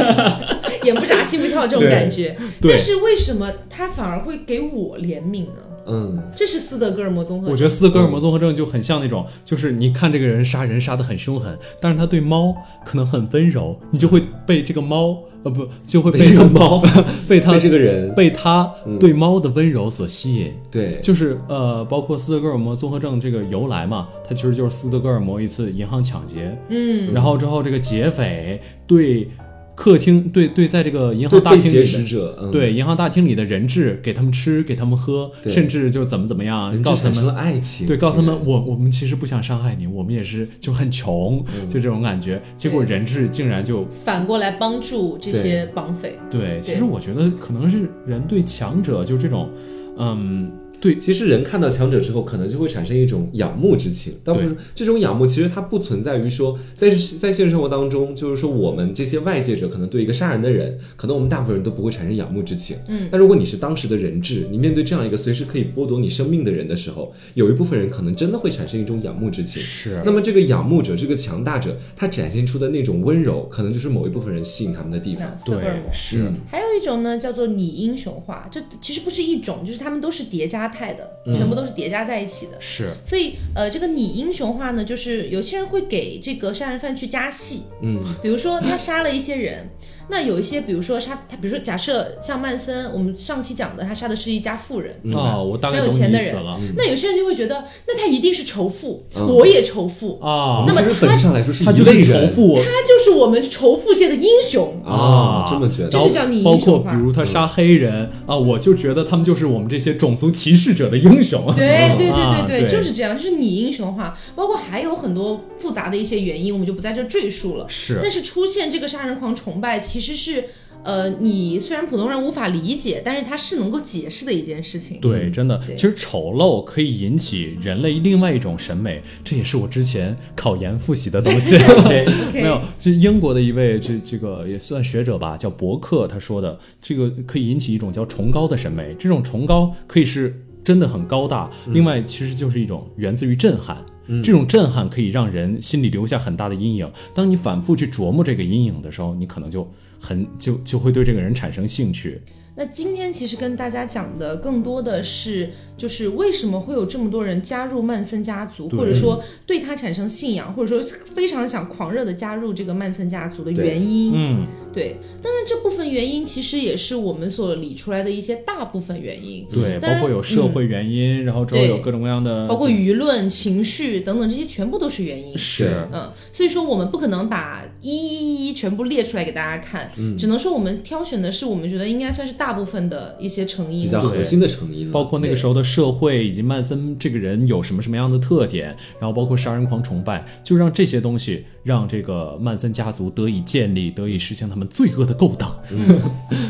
Speaker 2: 眼不眼不眨心不跳这种
Speaker 1: 对
Speaker 2: 感觉，
Speaker 1: 对
Speaker 2: 但是为什么他反而会给我怜悯呢？
Speaker 3: 嗯，
Speaker 2: 这是斯德哥尔摩综合
Speaker 1: 我
Speaker 2: 症。
Speaker 1: 觉得斯德哥尔摩综合症就很像那种，就是你看这个人杀人杀得很凶狠，但是他对猫可能很温柔，你就会被这个猫，呃不，就会被
Speaker 3: 被
Speaker 1: 这
Speaker 3: 这
Speaker 1: 个
Speaker 3: 个
Speaker 1: 猫
Speaker 3: 猫，
Speaker 1: (laughs) 被他
Speaker 3: 被这个嗯人，
Speaker 1: 被他对猫的温柔所吸引。
Speaker 3: 对，
Speaker 1: 就是呃，包括斯德哥尔摩综合症这个由来嘛，它其实就是斯德哥尔摩一次银行抢劫，
Speaker 2: 嗯，
Speaker 1: 然后之后这个劫匪对客厅对对在这个银行
Speaker 3: 对
Speaker 1: 大
Speaker 3: 被
Speaker 1: 厅
Speaker 3: 劫
Speaker 1: 里的
Speaker 3: 持者，嗯，
Speaker 1: 对银行大厅里的人质给他们吃给他们喝，
Speaker 3: 对
Speaker 1: 甚至就怎么怎么样，
Speaker 3: 人
Speaker 1: 告
Speaker 3: 就
Speaker 1: 诉他
Speaker 3: 产
Speaker 1: 们
Speaker 3: 生了爱情。
Speaker 1: 对，告诉他
Speaker 3: 这
Speaker 1: 们
Speaker 3: 个
Speaker 1: 我我们其实不想伤害你，我们也是就很穷，就这种感觉。结果人质竟然就
Speaker 2: 反过来帮助这些绑匪。
Speaker 1: 对，其实我觉得可能是人对强者就这种，嗯，对
Speaker 3: 其实人看到强者之后，可能就会产生一种仰慕之情，但不是这种仰慕，其实它不存在于说在在现实生活当中，就是说我们这些外界者可能对一个杀人的人，可能我们大部分人都不会产生仰慕之情。
Speaker 2: 嗯
Speaker 3: 但如果你是当时的人质，你面对这样一个随时可以剥夺你生命的人的时候，有一部分人可能真的会产生一种仰慕之情。
Speaker 1: 是
Speaker 3: 那么这个仰慕者，这个强大者，他展现出的那种温柔，可能就是某一部分人吸引他们的地方
Speaker 2: 那。斯德哥尔
Speaker 1: 对
Speaker 2: 摩。
Speaker 1: 是。
Speaker 3: 嗯
Speaker 2: 还有一种呢，叫做拟英雄化，这其实不是一种，就是他们都是叠加态的，
Speaker 1: 嗯
Speaker 2: 全部都是叠加在一起的。
Speaker 1: 是
Speaker 2: 所以，呃，这个拟英雄化呢，就是有些人会给这个杀人犯去加戏，
Speaker 3: 嗯，
Speaker 2: 比如说他杀了一些人，那有一些，比如说杀他，比如说假设像曼森，我们上期讲的，他杀的是一家富人，
Speaker 1: 啊，我大概懂
Speaker 2: 很有
Speaker 1: 你
Speaker 2: 钱的
Speaker 1: 意思
Speaker 2: 人
Speaker 1: 了
Speaker 2: 那有些人就会觉得，那他一定是仇富，我也仇富，
Speaker 1: 啊
Speaker 2: 那，么
Speaker 3: 其实本质上来说是
Speaker 1: 他
Speaker 3: 一
Speaker 1: 就是
Speaker 3: 类
Speaker 1: 重
Speaker 3: 人
Speaker 1: 复
Speaker 2: 他就是我们仇富界的英雄。
Speaker 3: 啊，这么觉得
Speaker 2: 这
Speaker 1: 然。后
Speaker 2: 就叫你英
Speaker 1: 包
Speaker 2: 雄
Speaker 1: 括比
Speaker 2: 化
Speaker 1: 如他杀黑人啊，我就觉得他们就是我们这些种族歧视者的英雄。 (laughs)
Speaker 2: 对对对
Speaker 1: 啊
Speaker 2: 对
Speaker 1: 对
Speaker 2: 就是这样，就是拟英雄化，包括还有很多复杂的一些原因，我们就不在这赘述了。 (laughs)
Speaker 1: 是
Speaker 2: 但是出现这个杀人狂崇拜，其实是呃，你虽然普通人无法理解，但是它是能够解释的一件事情。嗯
Speaker 1: 对，真的，
Speaker 2: 对
Speaker 1: 其实丑陋可以引起人类另外一种审美，这也是我之前考研复习的东
Speaker 2: (laughs)
Speaker 1: 西。没有，是英国的一位这这个也算学者吧，叫伯克，他说的这个可以引起一种叫崇高的审美，这种崇高可以是真的很高大，
Speaker 2: 嗯
Speaker 1: 另外其实就是一种源自于震撼。这种震撼可以让人心里留下很大的阴影。当你反复去琢磨这个阴影的时候，你可能就很就就会对这个人产生兴趣。
Speaker 2: 那今天其实跟大家讲的更多的是，就是为什么会有这么多人加入曼森家族，
Speaker 1: 对
Speaker 2: 或者说对他产生信仰，或者说非常想狂热的加入这个曼森家族的
Speaker 3: 对
Speaker 2: 原因。
Speaker 1: 嗯，
Speaker 2: 对，当然这部分原因其实也是我们所理出来的一些大部分原因，
Speaker 1: 对，
Speaker 2: 当然
Speaker 1: 包括有社会原因，然后之后
Speaker 2: 对
Speaker 1: 有各种各样的，
Speaker 2: 包括舆论、情绪等等，这些全部都是原因。
Speaker 1: 是
Speaker 2: 嗯，所以说我们不可能把一一一全部列出来给大家看，
Speaker 3: 嗯
Speaker 2: 只能说我们挑选的是我们觉得应该算是大部分的一些成因
Speaker 3: 比。较核心的成因了，
Speaker 1: 包括那个时候的社会，以及曼森这个人有什么什么样的特点，然后包括杀人狂崇拜，就让这些东西让这个曼森家族得以建立，得以实行他们罪恶的勾当，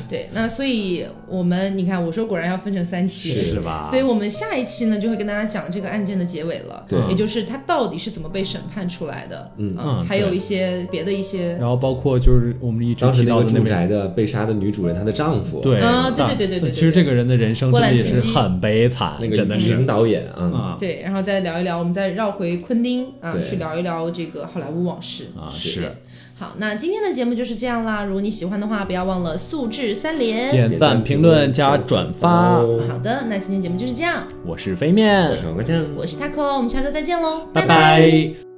Speaker 2: 对，那所以我们你看，我说果然要分成三期。
Speaker 1: 是吧
Speaker 2: 所？以我们下一期呢，就会跟大家讲这个案件的结尾了，
Speaker 3: 对
Speaker 2: 也就是他到底是怎么被审判出来的，嗯
Speaker 1: 嗯
Speaker 2: 还有
Speaker 1: 对
Speaker 2: 一些别的一些
Speaker 1: 然后包括就是我们一直
Speaker 3: 当时
Speaker 1: 提
Speaker 3: 那
Speaker 1: 到
Speaker 3: 个
Speaker 1: 的
Speaker 3: 住
Speaker 1: 那位。
Speaker 3: 宅的被杀的女主人，她的丈夫，
Speaker 1: 对
Speaker 2: 啊对
Speaker 1: 那
Speaker 2: 对对对对对
Speaker 1: 其实这个人的人生真的也
Speaker 2: 波兰
Speaker 1: 是
Speaker 2: 斯基
Speaker 1: 很悲惨，
Speaker 3: 那个
Speaker 1: 真的
Speaker 3: 名
Speaker 1: 是
Speaker 3: 导演啊，
Speaker 1: 啊
Speaker 2: 对，然后再聊一聊，我们再绕回昆汀啊，
Speaker 3: 对
Speaker 2: 去聊一聊这个好莱坞往事
Speaker 1: 啊
Speaker 3: 是
Speaker 1: 是
Speaker 2: 对好，那今天的节目就是这样啦。如果你喜欢的话，不要忘了素质三连。
Speaker 1: 点赞、评论、加转发。
Speaker 3: 哦
Speaker 2: 好的，那今天节目就是这样，
Speaker 1: 我是飞面 (laughs)
Speaker 3: 我，是王国酱。
Speaker 2: 我是 taco，我们下周再见喽，
Speaker 1: 拜拜